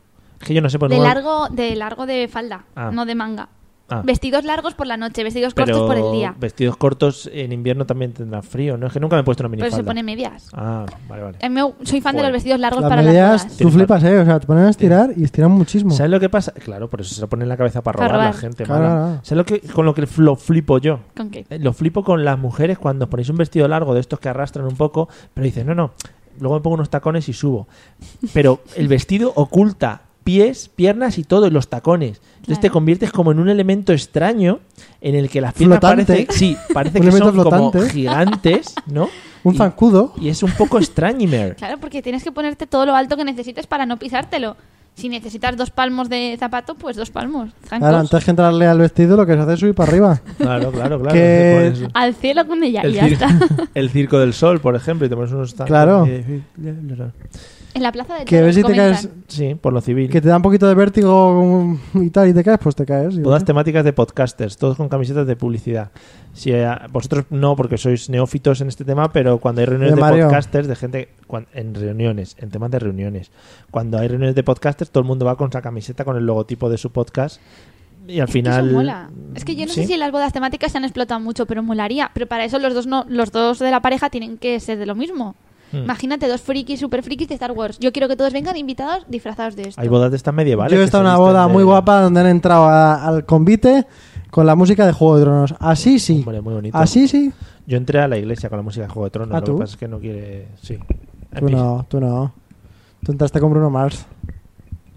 S1: Es que yo no sé por
S3: Ah, de
S1: qué-
S3: largo, de largo de falda,
S1: Ah.
S3: no de manga.
S1: Ah,
S3: Vestidos largos por la noche, vestidos
S1: pero
S3: cortos por el día.
S1: Vestidos cortos en invierno también tendrán frío, ¿no? Es que nunca me he puesto una
S3: Pero
S1: minifalda.
S3: se pone medias.
S1: Ah, vale, vale.
S3: A mí me- soy fan de
S1: Joder.
S3: los vestidos largos
S2: Las
S3: para las
S2: medias,
S3: bodas.
S2: tú flipas, ¿eh? O sea, te ponen a estirar y estiran muchísimo.
S1: ¿Sabes lo que pasa? Claro, por eso se lo pone en la cabeza para
S3: Para
S1: robar, la
S3: robar.
S1: gente.
S2: Claro,
S1: mala.
S2: claro.
S1: ¿Sabes lo que, con lo que lo flipo yo?
S3: ¿Con qué?
S1: Eh, Lo flipo con las mujeres cuando os ponéis un vestido largo de estos que arrastran un poco, pero dices, no, no, luego me pongo unos tacones y subo. Pero el vestido oculta pies, piernas y todo, y los tacones. Entonces te
S3: Claro.
S1: conviertes como en un elemento extraño en el que las piernas
S2: Flotante.
S1: parecen, sí, parece
S2: <laughs> Un
S1: que
S2: elemento
S1: son como
S2: flotante.
S1: gigantes,
S3: <laughs>
S1: ¿no?
S2: Un
S1: Y-
S2: zancudo.
S1: Y es un poco extrañimer.
S3: Claro, porque tienes que ponerte todo lo alto que necesites para no pisártelo. Si necesitas dos palmos de zapato, pues dos palmos. zancos.
S2: Claro, antes que entrarle al vestido, lo que se hace es subir para
S3: <laughs>
S2: arriba.
S1: Claro, claro, claro.
S2: Que-
S1: Te pones
S3: Al cielo con ella y ya
S1: cir- <laughs>
S3: está.
S1: el circo del sol, por ejemplo, y te pones unos tacones
S2: Claro.
S1: y dices,
S3: En la plaza de
S2: que
S3: toros,
S2: ves si te
S3: comentan.
S2: caes.
S1: Sí, por lo civil.
S2: Que te da un poquito de vértigo y tal, y te caes, pues te caes. y-
S1: Todas temáticas de podcasters, todos con camisetas de publicidad. Si eh, vosotros no, porque sois neófitos en este tema, pero cuando hay reuniones
S2: Oye,
S1: de
S2: Mario.
S1: podcasters, de gente cuan- en reuniones, en temas de reuniones, cuando hay reuniones de podcasters, todo el mundo va con esa camiseta con el logotipo de su podcast y al
S3: Es que
S1: final.
S3: eso mola. Es que yo no
S1: ¿sí?
S3: sé si las bodas temáticas se han explotado mucho, pero molaría. Pero para eso los dos no, los dos de la pareja tienen que ser de lo mismo.
S2: Hmm.
S1: Mm.
S3: Imagínate dos frikis, super frikis de Star Wars. Yo quiero que todos vengan invitados disfrazados de esto.
S1: Hay bodas de estas medievales.
S2: Yo he
S1: que
S2: estado
S1: se
S2: en una
S1: visten
S2: boda
S1: de-
S2: muy guapa donde han entrado a- al convite con la música de Juego de Tronos. Así sí.
S1: Hombre, muy bonito.
S2: Así sí.
S1: Yo entré a la iglesia con la música de Juego de Tronos.
S2: ¿Ah,
S1: lo
S2: tú?
S1: que pasa es que no quiere. Sí. En
S2: Tú
S1: fin.
S2: no, tú no. Tú entraste con Bruno Mars.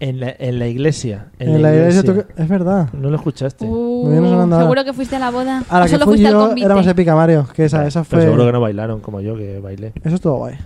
S1: En la, en la iglesia. En,
S2: En la iglesia tú- Es verdad.
S1: No lo escuchaste.
S3: Uh,
S2: Me viene sonando ahora.
S3: seguro que fuiste a la boda.
S2: A la
S3: o
S2: que
S3: Ah, solo
S2: fui
S3: fuiste al
S2: yo
S3: convite.
S2: era más épica, Mario. Que esa,
S1: Pero
S2: esa fue.
S1: seguro que no bailaron como yo, que bailé.
S2: Eso estuvo guay.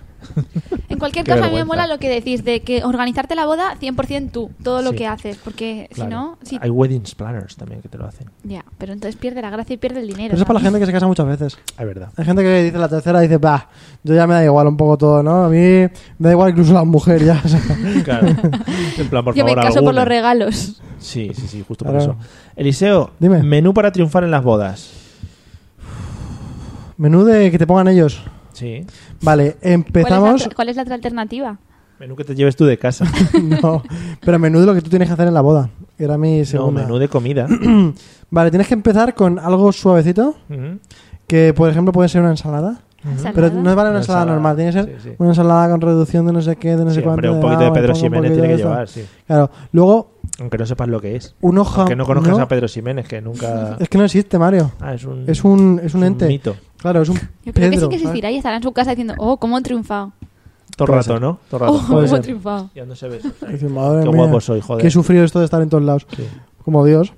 S3: En cualquier
S1: Qué
S3: caso, a mí me
S1: vergüenza.
S3: mola lo que decís de que organizarte la boda 100% tú, todo lo
S1: Sí.
S3: que haces, porque
S1: Claro.
S3: si no, sí,
S1: Hay wedding planners también que te lo hacen.
S3: ya, pero entonces pierde la gracia y pierde el dinero.
S2: Pero eso es para la
S3: ¿sabes?
S2: gente que se casa muchas veces.
S1: Es verdad.
S2: Hay gente que dice la tercera, dice, bah, yo ya me da igual un poco todo, ¿no? A mí me da igual incluso la mujer ya. o sea.
S1: <laughs>
S2: <laughs>
S1: Claro. en plan, por
S3: Yo me
S1: favor,
S3: caso por
S1: alguna.
S3: los regalos.
S1: Sí, sí, sí, justo
S2: Claro.
S1: por eso. Eliseo,
S2: Dime.
S1: menú para triunfar en las bodas.
S2: Menú de que te pongan ellos.
S1: Sí.
S2: Vale,
S3: ¿Cuál es,
S2: empezamos.
S3: la, cuál es la otra alternativa?
S1: Menú que te lleves tú de
S2: <laughs>
S1: casa.
S2: no, pero menú de lo que tú tienes que hacer en la boda. Era mi
S1: no,
S2: segunda.
S1: menú de
S2: <coughs>
S1: comida.
S2: Vale, tienes que empezar con algo suavecito,
S1: Ujú.
S2: que por ejemplo puede ser una ensalada. Pero no
S3: Ensalada.
S2: vale una,
S1: Una
S2: ensalada,
S1: ensalada,
S2: normal, tiene que ser
S1: sí, sí.
S2: una ensalada con reducción de no sé qué, de no
S1: Sí,
S2: sé
S1: hombre,
S2: cuánto.
S1: un poquito de
S2: agua,
S1: Pedro
S2: pongo un
S1: Ximénez
S2: poquito
S1: tiene que
S2: de esto.
S1: llevar, sí.
S2: Claro, luego
S1: Aunque no sepas lo que es.
S2: un hoja.
S1: Aunque no conozcas
S2: no,
S1: a Pedro Ximénez, que nunca.
S2: Es que no existe, Mario.
S1: Ah, es un,
S2: Es un, es
S1: es
S2: un ente.
S1: mito.
S2: Claro, es un
S3: Yo creo que
S2: Pedro,
S3: sí que
S2: ¿sabes? <laughs>
S3: existirá y estará en su casa diciendo, oh, cómo han triunfado.
S1: Todo el
S2: Puede
S1: rato,
S2: ser.
S1: ¿no? Todo el
S4: Oh,
S1: rato.
S4: cómo
S2: puede
S4: he
S2: ser.
S4: triunfado.
S1: Ya no se ve.
S2: Y dices, madre
S1: Qué
S2: mía,
S1: guapo soy, joder.
S2: Qué he sufrido esto de estar en todos lados.
S1: Sí.
S2: Como Dios.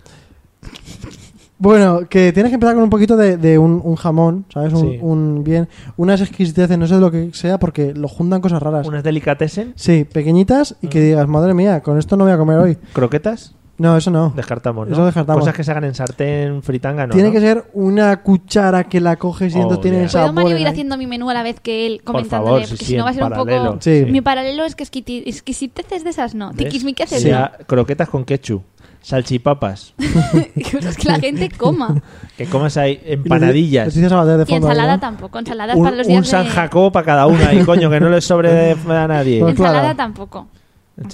S2: Bueno, que tienes que empezar con un poquito de, de un, un jamón, ¿sabes? Un,
S1: Sí.
S2: un bien, unas exquisiteces, no sé lo que sea, porque lo juntan cosas raras.
S1: Unas delicatessen,
S2: Sí, pequeñitas y que
S1: Ah.
S2: digas, madre mía, con esto no voy a comer hoy.
S1: croquetas,
S2: No, eso no.
S1: descartamos, ¿no?
S2: Eso descartamos.
S1: Cosas que se hagan en sartén, fritanga, no.
S2: Tiene
S1: ¿no?
S2: que ser una cuchara que la coges y
S1: Oh,
S2: entonces tiene
S1: yeah.
S2: el
S3: ¿Puedo
S2: sabor.
S3: Mario
S2: en
S3: ir
S2: ahí.
S3: haciendo mi menú a la vez que él
S1: Por
S3: comentándole?
S1: favor, sí,
S3: porque
S1: sí,
S3: si no va a
S1: en
S3: ser un
S1: paralelo.
S3: poco...
S2: Sí.
S3: Mi paralelo es que exquiti- exquisiteces de esas no.
S1: ¿Ves?
S3: Tiquismiqueces no. <laughs>
S1: Ya, croquetas con ketchup, salchipapas,
S3: Cosas que la gente
S2: <laughs>
S3: coma.
S1: que comas ahí
S2: Y le- le
S1: empanadillas.
S2: dices Sabater de
S3: Y
S2: fondo,
S3: ensalada
S2: ¿no?
S3: tampoco. Ensaladas
S1: Un,
S3: para los
S1: un
S3: días
S1: San
S2: <laughs>
S3: de...
S1: Jacobo para cada una y coño, que no le sobre a nadie.
S2: Pues
S3: Ensalada
S2: claro.
S3: tampoco.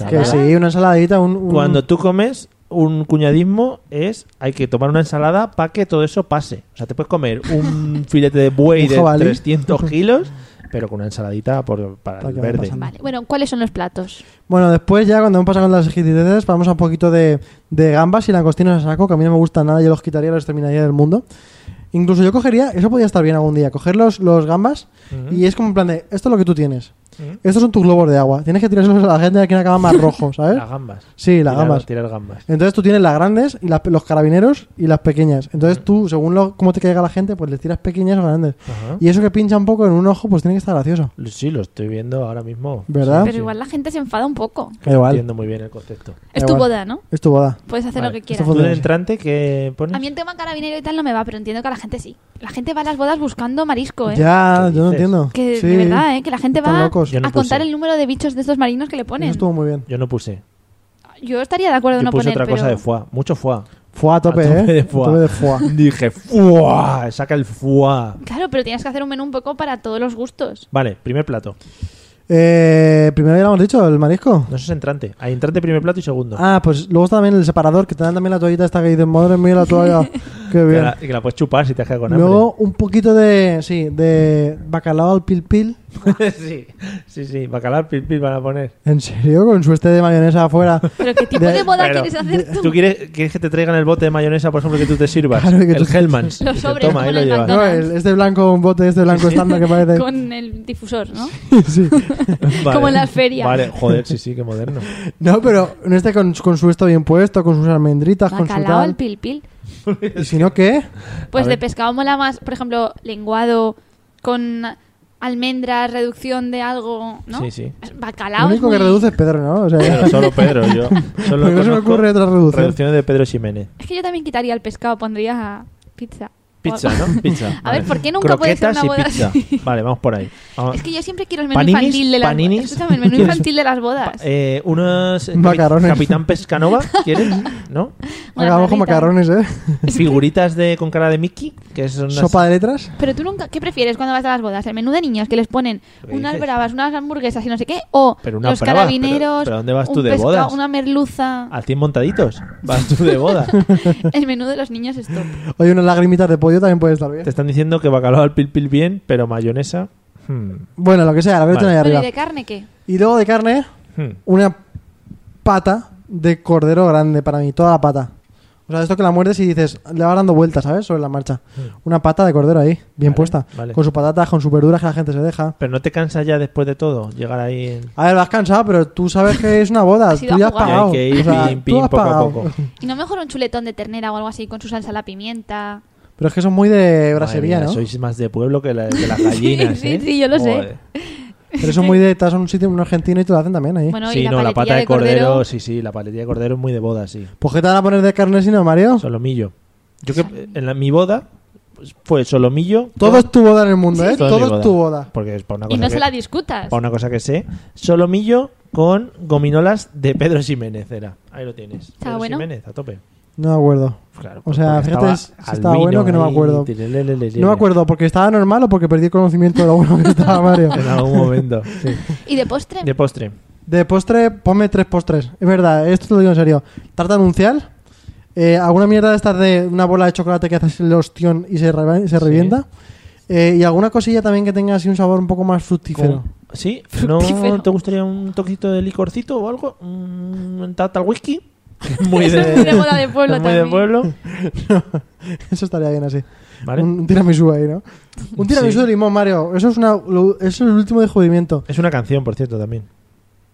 S2: Que sí, una ensaladita, un... un-
S1: Cuando tú comes, un cuñadismo es hay que tomar una ensalada para que todo eso pase. O sea, te puedes comer
S2: <laughs>
S1: un filete de buey
S2: Un
S1: de
S2: jabalí. <laughs>
S1: 300 kilos, pero con una ensaladita por, para
S2: Para
S1: el
S2: que vaya
S1: verde. ¿Eh?
S2: pasando.
S3: Vale. Bueno, ¿cuáles son los platos?
S2: Bueno, después ya cuando hemos pasado con las exquisiteces, vamos a un poquito de, de gambas y langostinos a saco, que a mí no me gustan nada, yo los quitaría, los terminaría del mundo. Incluso yo cogería, eso podría estar bien algún día, coger los, los gambas y es como en plan de, esto es lo que tú tienes. Estos son tus globos de agua. Tienes que tirárselos a la gente de quien acaba más
S1: <laughs>
S2: rojo, ¿sabes?
S1: Las gambas.
S2: Sí, las
S1: Tirar-
S2: gambas.
S1: Tirar gambas.
S2: Entonces tú tienes las grandes y las, pe- los carabineros y las pequeñas. Entonces tú, según lo, cómo te caiga la gente, pues le tiras pequeñas o grandes.
S1: Ajá.
S2: Y eso que pincha un poco en un ojo, pues tiene que estar gracioso.
S1: Sí, lo estoy viendo ahora mismo.
S2: ¿Verdad?
S3: Pero igual la gente se enfada un poco.
S2: Ah, Da igual,
S1: Entiendo muy bien el concepto.
S3: Es tu
S2: igual.
S3: boda, ¿no?
S2: es tu boda.
S3: Puedes hacer
S1: Vale.
S3: lo que
S2: Esto
S3: quieras.
S2: fue
S1: ¿Tú
S2: Joder.
S1: de entrante qué pones?
S3: A mí el tema carabinero y tal no me va, pero entiendo que a la gente sí. La gente va a las bodas buscando marisco, ¿eh?
S2: Ya,
S1: ¿Qué
S2: yo no
S1: dices?
S2: entiendo.
S3: Que
S2: Sí.
S3: de verdad, ¿eh? Que la gente
S2: Están
S3: va
S2: locos.
S1: Yo no
S3: a contar
S1: puse.
S3: el número de bichos de estos marinos que le
S2: Eso
S3: ponen.
S2: estuvo muy bien.
S1: Yo no puse.
S3: Yo estaría de acuerdo en
S1: Yo
S3: no
S1: puse
S3: poner,
S1: otra
S3: pero...
S1: cosa de foie. Mucho foie.
S2: Fua a tope,
S1: A tope
S2: ¿eh?
S1: de
S2: A
S1: foie.
S2: tope de foie.
S1: Dije, ¡fua! Saca el foie.
S3: Claro, pero tienes que hacer un menú un poco para todos los gustos.
S1: Vale, primer plato.
S2: Eh, primero ya lo hemos dicho, el marisco.
S1: No eso es entrante. Hay entrante, primer plato y segundo.
S2: Ah, pues luego está también el separador, que te dan también la toallita esta que dices, madre mía, la
S3: <laughs>
S2: toalla. Qué
S1: que,
S2: bien.
S1: la, que la puedes chupar si te has quedado con
S2: Luego un poquito de, sí, de bacalao al pil pil.
S1: hambre. <laughs> sí, sí, sí. Bacalao, pil, pil van a poner.
S2: ¿En serio? Con su este de mayonesa afuera.
S3: Pero <laughs>
S2: <laughs>
S3: ¿qué tipo
S2: De-
S3: de boda
S1: Pero,
S3: quieres hacer tú?
S1: ¿Tú quieres, quieres que te traigan el bote de mayonesa, por ejemplo, que tú te sirvas?
S2: Claro, que
S1: el
S2: tú-
S1: Hellmann's.
S3: Los
S1: Dice,
S3: sobres,
S1: Toma,
S3: como
S1: ahí
S3: en
S1: lo
S3: el
S1: llevas.
S2: No, el- este blanco, un bote este blanco estándar que parece.
S3: <laughs> Con el difusor, ¿no?
S2: <laughs> Sí.
S1: <laughs>
S3: como en las ferias.
S1: Vale, joder, sí, sí, qué moderno.
S2: No, pero en este con, con su esto bien puesto, con sus almendritas, con su
S3: Bacalao al
S2: tal.
S3: pil pil.
S2: ¿Y si no qué?
S3: Pues
S1: A
S3: de
S1: ver.
S3: pescado mola más, por ejemplo, lenguado con almendras, reducción de algo, ¿no?
S1: Sí, sí.
S3: Bacalao.
S2: Lo único
S3: es
S2: que
S3: muy-
S2: reduce es Pedro, ¿no? O sea,
S1: Pero
S2: <laughs>
S1: solo Pedro, yo. Solo
S2: Porque no se me
S1: conozco
S2: ocurre otra reducción.
S1: Reducciones de Pedro Ximénez.
S3: Es que yo también quitaría el pescado, pondría pizza.
S1: Pizza,
S3: O- <laughs>
S1: ¿no? Pizza.
S3: A ver, ¿por qué nunca puede ser
S1: Croquetas
S3: una boda
S1: y pizza.
S3: así?
S1: <laughs> Vale, vamos por ahí. Vamos.
S3: Es que yo siempre quiero el menú
S1: Ah. Paninis,
S3: infantil de las
S1: paninis.
S3: bodas. Escúchame, el menú
S1: <laughs> ¿Quieres-
S3: infantil de las bodas.
S1: Eh, unos eh,
S2: Macarrones.
S1: capitán Pescanova,
S2: <laughs>
S1: ¿quieres? ¿No?
S3: Una
S2: acabamos con
S3: rarita.
S2: macarrones, ¿eh?
S1: <laughs> Figuritas de con cara de Mickey, que son unas
S2: Sopa de letras.
S3: Pero tú nunca, ¿qué prefieres cuando vas a las bodas? ¿El menú de niños que les ponen
S1: ¿Qué
S3: unas
S1: dices?
S3: bravas, unas hamburguesas y no sé qué? ¿O
S1: Pero unas
S3: los
S1: bravas,
S3: carabineros?
S1: pero- pero ¿dónde vas
S3: un
S1: tú de
S3: pescado,
S1: bodas? Ah.
S3: Una merluza.
S1: a 100 montaditos. Vas tú de
S2: <laughs>
S1: boda.
S3: <laughs> El menú de los
S1: <laughs>
S3: niños es top.
S2: Oye, unas lagrimitas de pollo también puede estar bien.
S1: Te están diciendo que bacalao al pil pil bien, pero mayonesa. hmm,
S2: Bueno, lo que sea, lo que
S1: Vale.
S2: tiene ahí
S3: Pero
S2: arriba.
S3: ¿y de carne qué?
S2: Y luego de carne,
S1: hmm.
S2: una pata de cordero grande para mí, toda la pata. O sea, esto que la muerdes y dices, le va dando vueltas, ¿sabes? Sobre la marcha. Una pata de cordero ahí,
S1: Mm. Vale,
S2: bien puesta.
S1: vale.
S2: Con sus patatas, con sus verduras que la gente se deja.
S1: Pero no te cansas ya después de todo llegar ahí en...
S2: A ver, vas cansado, pero tú sabes que es una boda.
S3: <laughs> Has ido
S2: tú
S3: a
S2: ya has
S3: jugar.
S2: pagado.
S1: Y hay que ir
S2: O sea,
S1: pim,
S2: tú
S1: pim,
S2: has
S1: poco a
S2: pagado.
S1: poco.
S3: ¿Y no mejor un chuletón de ternera o algo así con su salsa a la pimienta?
S2: Pero es que son muy de brasería,
S1: Madre mía,
S2: ¿no?
S1: Sois más de pueblo que, la- que las gallinas,
S3: <laughs> sí,
S1: ¿eh?
S3: sí, yo lo sé.
S1: Joder.
S2: Pero son muy de. Estás en un sitio, en una Argentina y te lo hacen también ahí.
S3: Bueno, y
S1: ¿Eh? sí,
S3: la
S1: no, la
S3: paletilla
S1: pata de,
S3: de
S1: cordero,
S3: cordero.
S1: sí, sí, la paletilla de cordero es muy de boda, sí.
S2: ¿Pues qué te van a poner de carne sino, Mario?
S1: Solomillo. Yo que en la- mi boda pues, fue solomillo.
S2: Todo es tu boda en el mundo, ¿eh?
S1: Todo es mi
S2: Todo es tu boda.
S1: Porque es para una
S3: Y
S1: cosa,
S3: no
S1: que,
S3: se la discutas.
S1: para una cosa que sé. Solomillo con gominolas de Pedro Jiménez era. Ahí lo tienes. Pedro
S3: bueno?
S1: Jiménez, a tope.
S2: No me acuerdo.
S1: Claro,
S2: O sea,
S1: porque
S2: fíjate
S1: estaba
S2: si estaba
S1: al
S2: bueno
S1: vino
S2: que no me
S1: ahí,
S2: acuerdo.
S1: tirelelelele.
S2: No me acuerdo porque estaba normal o porque perdí el conocimiento de lo bueno que
S1: <laughs>
S2: estaba Mario.
S1: En algún
S2: <laughs>
S1: momento. sí.
S3: ¿Y de postre?
S1: De postre.
S2: De postre, ponme tres postres. Es verdad, esto te lo digo en serio. Tarta nuncial. eh, alguna mierda de estas de una bola de chocolate que haces el ostión y se, reva- se
S1: Sí.
S2: revienta. eh, y alguna cosilla también que tenga así un sabor un poco más fructífero.
S1: Con- ¿Sí? ¿No
S2: <laughs>
S3: Fructífero.
S1: te gustaría un toquecito de licorcito o algo? ¿Un tarta al whisky? <laughs> Muy
S3: Eso es muy <laughs> <laughs> de moda de pueblo
S1: muy <laughs> de
S3: también.
S1: pueblo.
S2: <laughs> Eso estaría bien así.
S1: Vale.
S2: Un, un tiramisú ahí, ¿no? Un tiramisú
S1: Sí.
S2: de limón, Mario. Eso es, una, lo- eso es el último de jodimiento.
S1: Es una canción, por cierto, también.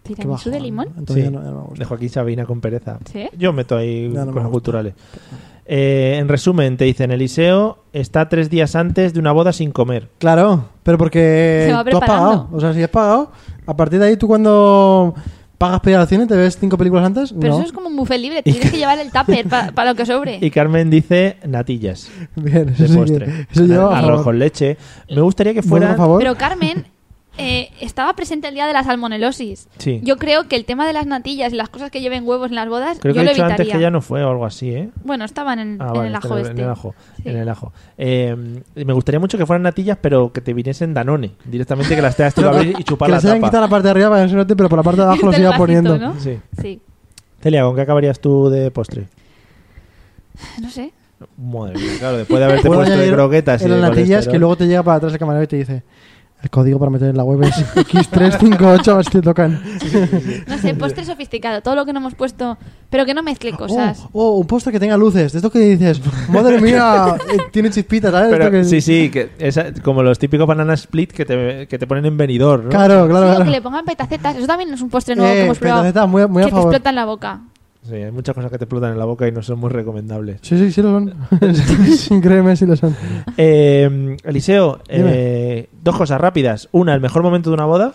S2: Qué
S3: ¿Tiramisú de
S2: bajón.
S3: limón?
S2: Entonces
S1: Sí.
S2: ya no, ya no me gusta.
S1: De Joaquín Sabina con pereza.
S3: ¿Sí?
S1: Yo meto ahí
S2: Ya no me
S1: cosas
S2: gusta.
S1: culturales. Eh, en resumen, te dicen, Eliseo está tres días antes de una boda sin comer.
S2: Claro, pero porque
S3: Se va
S2: tú has pagado.
S3: preparando.
S2: O sea, si has pagado, a partir de ahí tú cuando pagas para ir al cine, ¿te ves cinco películas antes?
S3: Pero
S2: no.
S3: eso es como un buffet libre, tienes que llevar el tupper
S1: <laughs>
S3: para lo que sobre.
S1: Y Carmen dice natillas
S2: <laughs> Bien, eso
S1: de
S2: sí que-
S1: postre.
S2: eso yo, a
S1: Arroz
S2: favor.
S1: con leche. Me gustaría que
S2: Voy
S1: fuera...
S2: a favor.
S3: Pero Carmen eh, estaba presente el día de la salmonelosis.
S1: Sí.
S3: Yo creo que el tema de las natillas y las cosas que lleven huevos en las bodas,
S1: Creo que
S3: yo
S1: he
S3: lo
S1: dicho
S3: evitaría.
S1: antes que ya no fue o algo así, ¿eh?
S3: Bueno, estaban en,
S1: Ah,
S3: en
S1: vale,
S3: el
S1: está
S3: ajo
S1: en
S3: este.
S1: el ajo.
S3: Sí.
S1: En el ajo. Eh, me gustaría mucho que fueran natillas, pero que te viniesen Danone. Directamente que las tengas tú
S2: <laughs>
S1: que abrir y chupar
S2: que
S1: la
S2: les hayan
S1: tapa.
S2: quitado la parte de arriba para que no se note, pero por la parte
S3: <laughs>
S2: de abajo lo
S3: Del
S2: siga
S3: vasito,
S2: poniendo.
S3: ¿no?
S1: Sí.
S3: Sí.
S1: Celia, ¿con qué acabarías tú de postre?
S3: No sé.
S1: Madre mía, claro, después de haberte
S2: Puedo
S1: puesto de
S2: añadir
S1: croquetas y
S2: en
S1: de
S2: las natillas que
S1: colesterol.
S2: luego te llega para atrás el camarero y te dice el código para meter en la web es X358 a ver si te tocan.
S3: No sé, postre sofisticado, todo lo que no hemos puesto, pero que no mezcle cosas.
S2: Oh, oh, un postre que tenga luces. De esto que dices, madre
S1: <laughs>
S2: mía, eh, tiene chispitas, ¿sabes?
S1: Pero,
S2: Esto que-
S1: Sí, sí, que esa- como los típicos banana split que te, que te ponen en venidor, ¿no?
S2: Claro, claro,
S3: Sí, o
S2: claro.
S3: que le pongan petacetas, eso también es un postre nuevo
S2: Eh,
S3: que hemos probado.
S2: petacetas, muy- muy a
S3: que te
S2: favor.
S3: explota en la boca.
S1: Sí, hay muchas cosas que te explotan en la boca y no son muy
S2: <laughs>
S1: recomendables.
S2: Sí, sí, sí lo son. Sin créeme, sí lo son.
S1: Eh, Eliseo, eh, dos cosas rápidas. Una, el mejor momento de una
S2: <laughs>
S1: boda.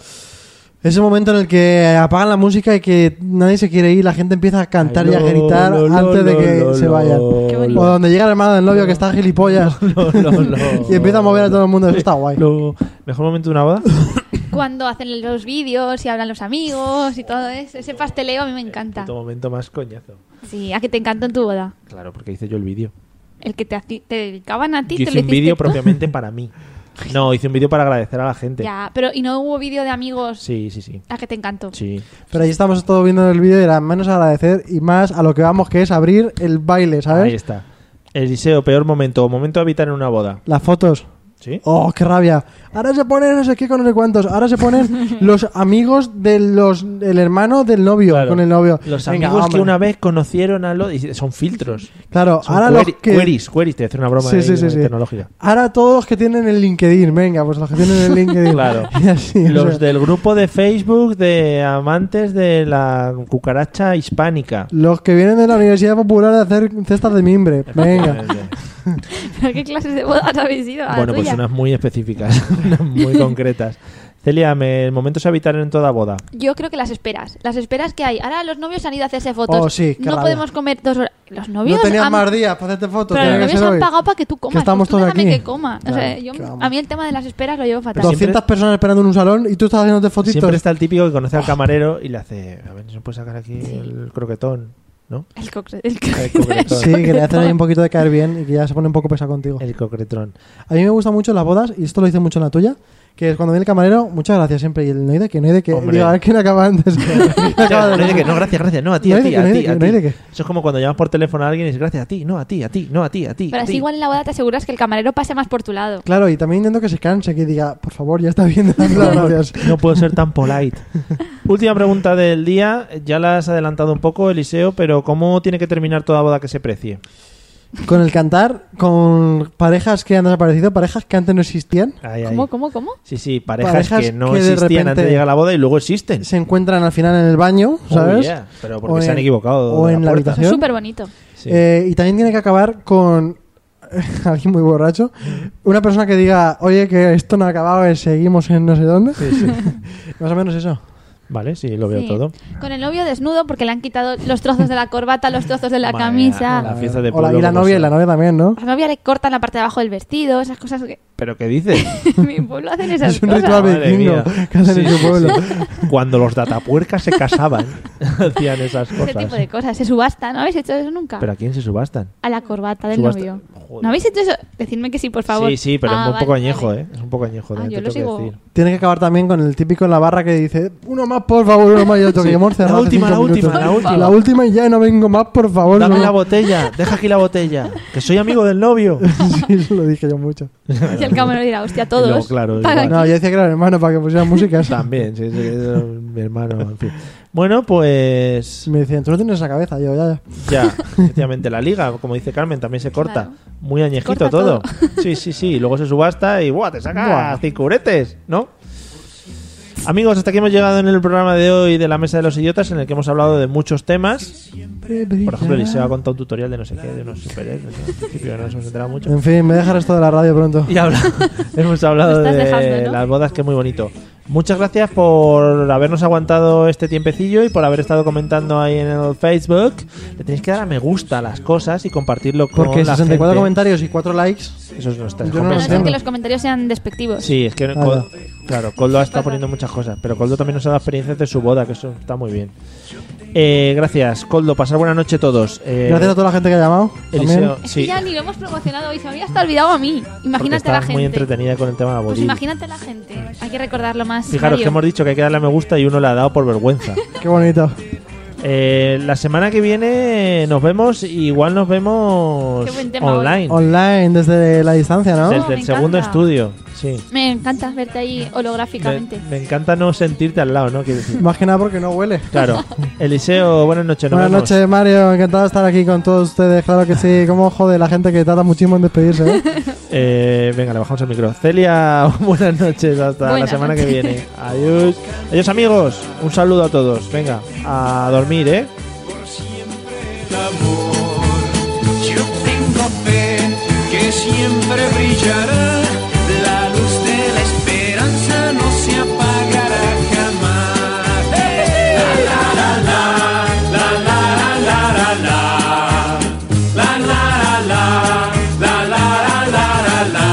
S2: Ese momento en el que apagan la música y que nadie se quiere ir, la gente empieza a cantar y a
S1: Ay, lo,
S2: gritar
S1: lo, lo,
S2: antes de
S1: lo,
S2: que
S1: lo,
S2: se
S1: lo,
S2: vayan.
S1: lo,
S3: Qué
S2: O
S3: bonito.
S1: lo,
S2: donde llega el hermano del novio que está gilipollas
S1: lo, <laughs> lo,
S2: y empieza a mover a todo el mundo. Eso
S1: <laughs>
S2: está guay.
S1: lo- ¿Mejor momento de una
S2: <laughs>
S1: boda?
S3: Cuando hacen los vídeos y hablan los amigos y todo eso, ese pasteleo a mí me encanta.
S1: Puto momento más coñazo.
S3: Sí, a que te encantó en tu boda.
S1: Claro, porque hice yo el vídeo.
S3: El que te, haci- te dedicaban a ti,
S1: Yo
S3: te
S1: hice
S3: lo
S1: un vídeo
S3: hiciste tú.
S1: propiamente para
S3: <laughs>
S1: mí. No, hice un vídeo para agradecer a la gente.
S3: Ya, pero y no hubo vídeo de amigos
S1: Sí, sí, sí.
S3: a que te encantó.
S1: Sí.
S2: Pero ahí estamos todos viendo el vídeo y era menos agradecer y más a lo que vamos, que es abrir el baile,
S1: Ahí
S2: ¿sabes?
S1: está. Eliseo, peor momento. o Momento a evitar en una boda.
S2: Las fotos.
S1: ¿Sí?
S2: ¡Oh, qué rabia! Ahora se ponen no sé qué con no sé cuántos. Ahora se <laughs> ponen los amigos de los, del hermano del novio
S1: Claro.
S2: con el novio.
S1: Los
S2: Venga,
S1: amigos que
S2: hombre.
S1: una vez conocieron a los... y Son filtros.
S2: Claro,
S1: Son
S2: ahora los
S1: query-
S2: que...
S1: queries, queries. Te voy a hacer una broma
S2: Sí,
S1: ahí
S2: sí, sí,
S1: de
S2: sí.
S1: tecnológica.
S2: Ahora todos los que tienen el LinkedIn. Venga, pues los que tienen el
S1: <laughs>
S2: LinkedIn.
S1: Claro.
S2: <laughs> Y así, o
S1: Los
S2: sea,
S1: del grupo de Facebook de amantes de la cucaracha hispánica.
S2: los que vienen de la Universidad Popular a hacer cestas de mimbre. Venga.
S3: ¿Pero <laughs> qué clases de bodas habéis ido? A la
S1: Bueno, pues
S3: tuya.
S1: unas muy específicas, <laughs> unas muy concretas. Celia, me, momentos a evitar en toda boda.
S3: Yo creo que las esperas. Las esperas que hay. Ahora los novios han ido a hacerse fotos.
S2: Oh, sí, qué
S3: no
S2: rabia.
S3: podemos comer dos horas. Los novios
S2: No tenías
S3: han...
S2: más días para hacerte fotos.
S3: Pero los
S2: tenía que
S3: novios
S2: ser
S3: han
S2: hoy.
S3: pagado para que tú comas.
S2: Que estamos
S3: Pues tú
S2: todos
S3: déjame
S2: aquí.
S3: que coma. O sea,
S2: Claro,
S3: yo-
S2: que vamos.
S3: a mí el tema de las esperas lo llevo fatal.
S2: 200 personas esperando en un salón y tú estás haciéndote fotitos.
S1: Siempre está el típico que conoce al camarero y le hace, a ver, ¿no se puede sacar aquí el croquetón? ¿No?
S3: <laughs> El coxre- el
S1: El
S3: coxre-
S1: croquetón.
S2: Sí, que le hacen <laughs> ahí un poquito de caer bien y que ya se pone un poco pesa contigo.
S1: El croquetón.
S2: A mí me gustan mucho las bodas, y esto lo hice mucho en la tuya, que es cuando viene el camarero, muchas gracias siempre, y el no hay de que, no hay de que,
S1: Hombre.
S2: digo, a ver quién acaba antes. <laughs> ¿Quién
S1: Claro, <laughs>
S2: acaba
S1: no, hay de
S2: antes?
S1: qué,
S2: <laughs>
S1: no, gracias, gracias, no, a ti,
S2: No
S1: a
S2: hay de
S1: ti,
S2: qué,
S1: a
S2: no hay de
S1: ti,
S2: qué,
S1: a
S2: no hay
S1: ti.
S2: de qué.
S1: Eso es como cuando llamas por teléfono a alguien y dices, gracias a ti, no, a ti, a ti, no, a ti, a ti.
S3: Pero
S1: a
S3: así
S1: ti.
S3: igual en la boda te aseguras que el camarero pase más por tu lado.
S2: Claro, y también intento que se canse, que diga, por favor, ya está bien, <laughs> dame las gracias.
S1: No puedo ser tan
S2: <laughs>
S1: polite. Última pregunta del día, ya la has adelantado un poco, Eliseo, pero ¿cómo tiene que terminar toda boda que se precie?
S2: Con el cantar, con parejas que han desaparecido, parejas que antes no existían,
S1: Ay, ay.
S3: ¿Cómo, cómo, cómo?
S1: Sí, sí, parejas,
S2: Parejas
S1: que no
S2: que de
S1: existían antes
S2: repente-
S1: de llegar a la boda y luego existen.
S2: se encuentran al final en el baño,
S1: Oh,
S2: ¿sabes?
S1: yeah, Pero
S2: O
S1: porque se
S2: en-
S1: han equivocado.
S2: o
S1: de
S2: en la
S1: puerta.
S2: habitación.
S3: Eso es súper bonito.
S1: Sí.
S2: Eh, y también tiene que acabar con <laughs> alguien muy borracho, una persona que diga, oye, que esto no ha acabado, que seguimos en no sé dónde. <laughs> Más o menos eso.
S1: Vale, sí, lo veo
S3: Sí.
S1: todo.
S3: Con el novio desnudo porque le han quitado los trozos de la corbata, los trozos de la
S1: Madre
S3: camisa.
S1: mía, La fiesta de
S2: O la-
S1: pueblo
S2: y la
S1: como
S2: novia,
S1: sea.
S2: y la novia también, ¿no?
S3: A la novia le cortan la parte de abajo del vestido, esas cosas que <laughs>
S1: ¿Pero qué dices?
S2: <laughs>
S3: en mi pueblo hacen <laughs> esas
S2: Es un
S3: cosas.
S2: ritual
S1: Madre
S2: vikingo
S1: mía.
S2: que hacen en
S1: Sí,
S2: su pueblo.
S1: Cuando los datapuercas se
S3: <laughs>
S1: casaban, <laughs> hacían esas
S3: Ese
S1: cosas.
S3: tipo de cosas. Se subasta, ¿no habéis hecho eso nunca?
S1: ¿Pero a quién se subastan?
S3: A la corbata del
S1: Subasta-
S3: novio.
S1: Joder.
S3: ¿No habéis hecho eso? Decidme que sí, por favor.
S1: Sí, sí, pero
S3: Ah,
S1: es un poco
S3: vale,
S1: añejo,
S3: vale.
S1: ¿eh? Es un poco añejo.
S3: Ah,
S1: también
S3: yo
S1: te
S3: lo
S1: tengo que
S3: sigo.
S1: decir.
S2: Tiene que acabar también con el típico en la barra que dice, uno más más, por favor, uno más. Y otro,
S1: Sí.
S2: que hemos cerrado
S1: La
S2: hace
S1: última,
S2: cinco
S1: la última,
S2: minutos.
S1: la última.
S2: La última y ya no vengo más, por favor.
S1: Dame
S2: no. <laughs>
S1: la botella, deja aquí la botella, que soy amigo del
S3: <laughs>
S1: novio.
S2: Sí, eso lo dije yo mucho.
S3: <laughs> Y el camarero dirá, hostia,
S1: Y
S3: todos.
S1: luego, claro,
S3: pagan
S1: igual.
S2: No, yo decía que era el hermano para que pusiera
S1: <laughs>
S2: música. esa.
S1: También, sí, sí, eso, mi hermano, en fin. Bueno, pues
S2: Me decían, tú no tienes esa cabeza. Yo, ya, ya.
S3: <laughs>
S1: ya, efectivamente, la liga, como dice Carmen, también se corta.
S3: Claro.
S1: Muy añejito
S3: Corta
S1: todo. <laughs>
S3: todo.
S1: Sí, sí, sí. y Luego se subasta y ¡buah! Te saca
S2: Buah.
S1: cinco uretes, ¿no? Amigos, hasta aquí hemos llegado en el programa de hoy de la Mesa de los Idiotas, en el que hemos hablado de muchos temas. Por ejemplo, Eliseo ha contado un tutorial de no sé qué, de unos superhéroes. ¿no? Al principio no nos hemos enterado mucho.
S2: En fin, me dejas esto de la radio pronto.
S1: Y habla- <laughs> hemos hablado
S3: Lo
S1: de
S3: estás dejando, ¿no?
S1: las bodas, que muy bonito. Muchas gracias por habernos aguantado este tiempecillo y por haber estado comentando ahí en el Facebook. Le tenéis que dar a me gusta a las cosas y compartirlo con
S2: Porque
S1: la
S2: 64
S1: gente.
S2: comentarios y 4 likes.
S1: Eso es nuestra-
S2: Yo no
S3: Pero
S2: lo
S3: no es
S2: entiendo.
S3: que los comentarios sean despectivos.
S1: Sí, es que
S2: Ah,
S1: Col- claro, Coldo ha estado poniendo muchas cosas, pero Coldo también nos ha dado experiencias de su boda, que eso está muy bien. Eh, gracias, Coldo. Pasar buena noche todos. Eh,
S2: Gracias a toda la gente que ha llamado.
S1: Eliseo,
S2: también.
S3: Es que
S1: sí,
S3: ya ni lo hemos promocionado y se me había hasta olvidado a mí.
S1: porque
S3: Imagínate la
S1: estás
S3: gente.
S1: muy entretenida con el tema de la
S3: Pues
S1: boda.
S3: imagínate la gente. Hay que recordarlo más.
S1: Fijaros
S3: Mario.
S1: que hemos dicho que hay que darle a me gusta y uno le ha dado por vergüenza.
S2: Qué bonito.
S1: Eh, la semana que viene nos vemos, igual nos vemos
S3: Qué buen tema
S1: online,
S2: Online, desde la distancia, ¿no?
S1: desde
S3: Me
S1: el segundo
S3: encanta.
S1: estudio. Sí.
S3: Me encanta verte ahí
S1: Me,
S3: holográficamente.
S1: me encanta no sentirte al lado, ¿no? Quiero
S3: <laughs>
S1: decir.
S2: Más que nada porque no huele.
S1: Claro. Eliseo, buenas noches. nos
S2: Buenas
S1: vemos.
S2: noches, Mario. Encantado de estar aquí con todos ustedes. Claro que sí. Cómo jode la gente que tarda muchísimo en despedirse.
S1: <laughs>
S2: ¿eh?
S1: Eh, venga, le bajamos el micro. Celia, <laughs> buenas noches. Hasta la
S3: Buenas
S1: semana que
S3: noches.
S1: viene. Adiós. Adiós, amigos. Un saludo a todos. Venga, a dormir, ¿eh?
S5: Yo tengo fe que siempre brillará, la luz de la esperanza no se apagará jamás. La la la la la la la la la la la la la la la la la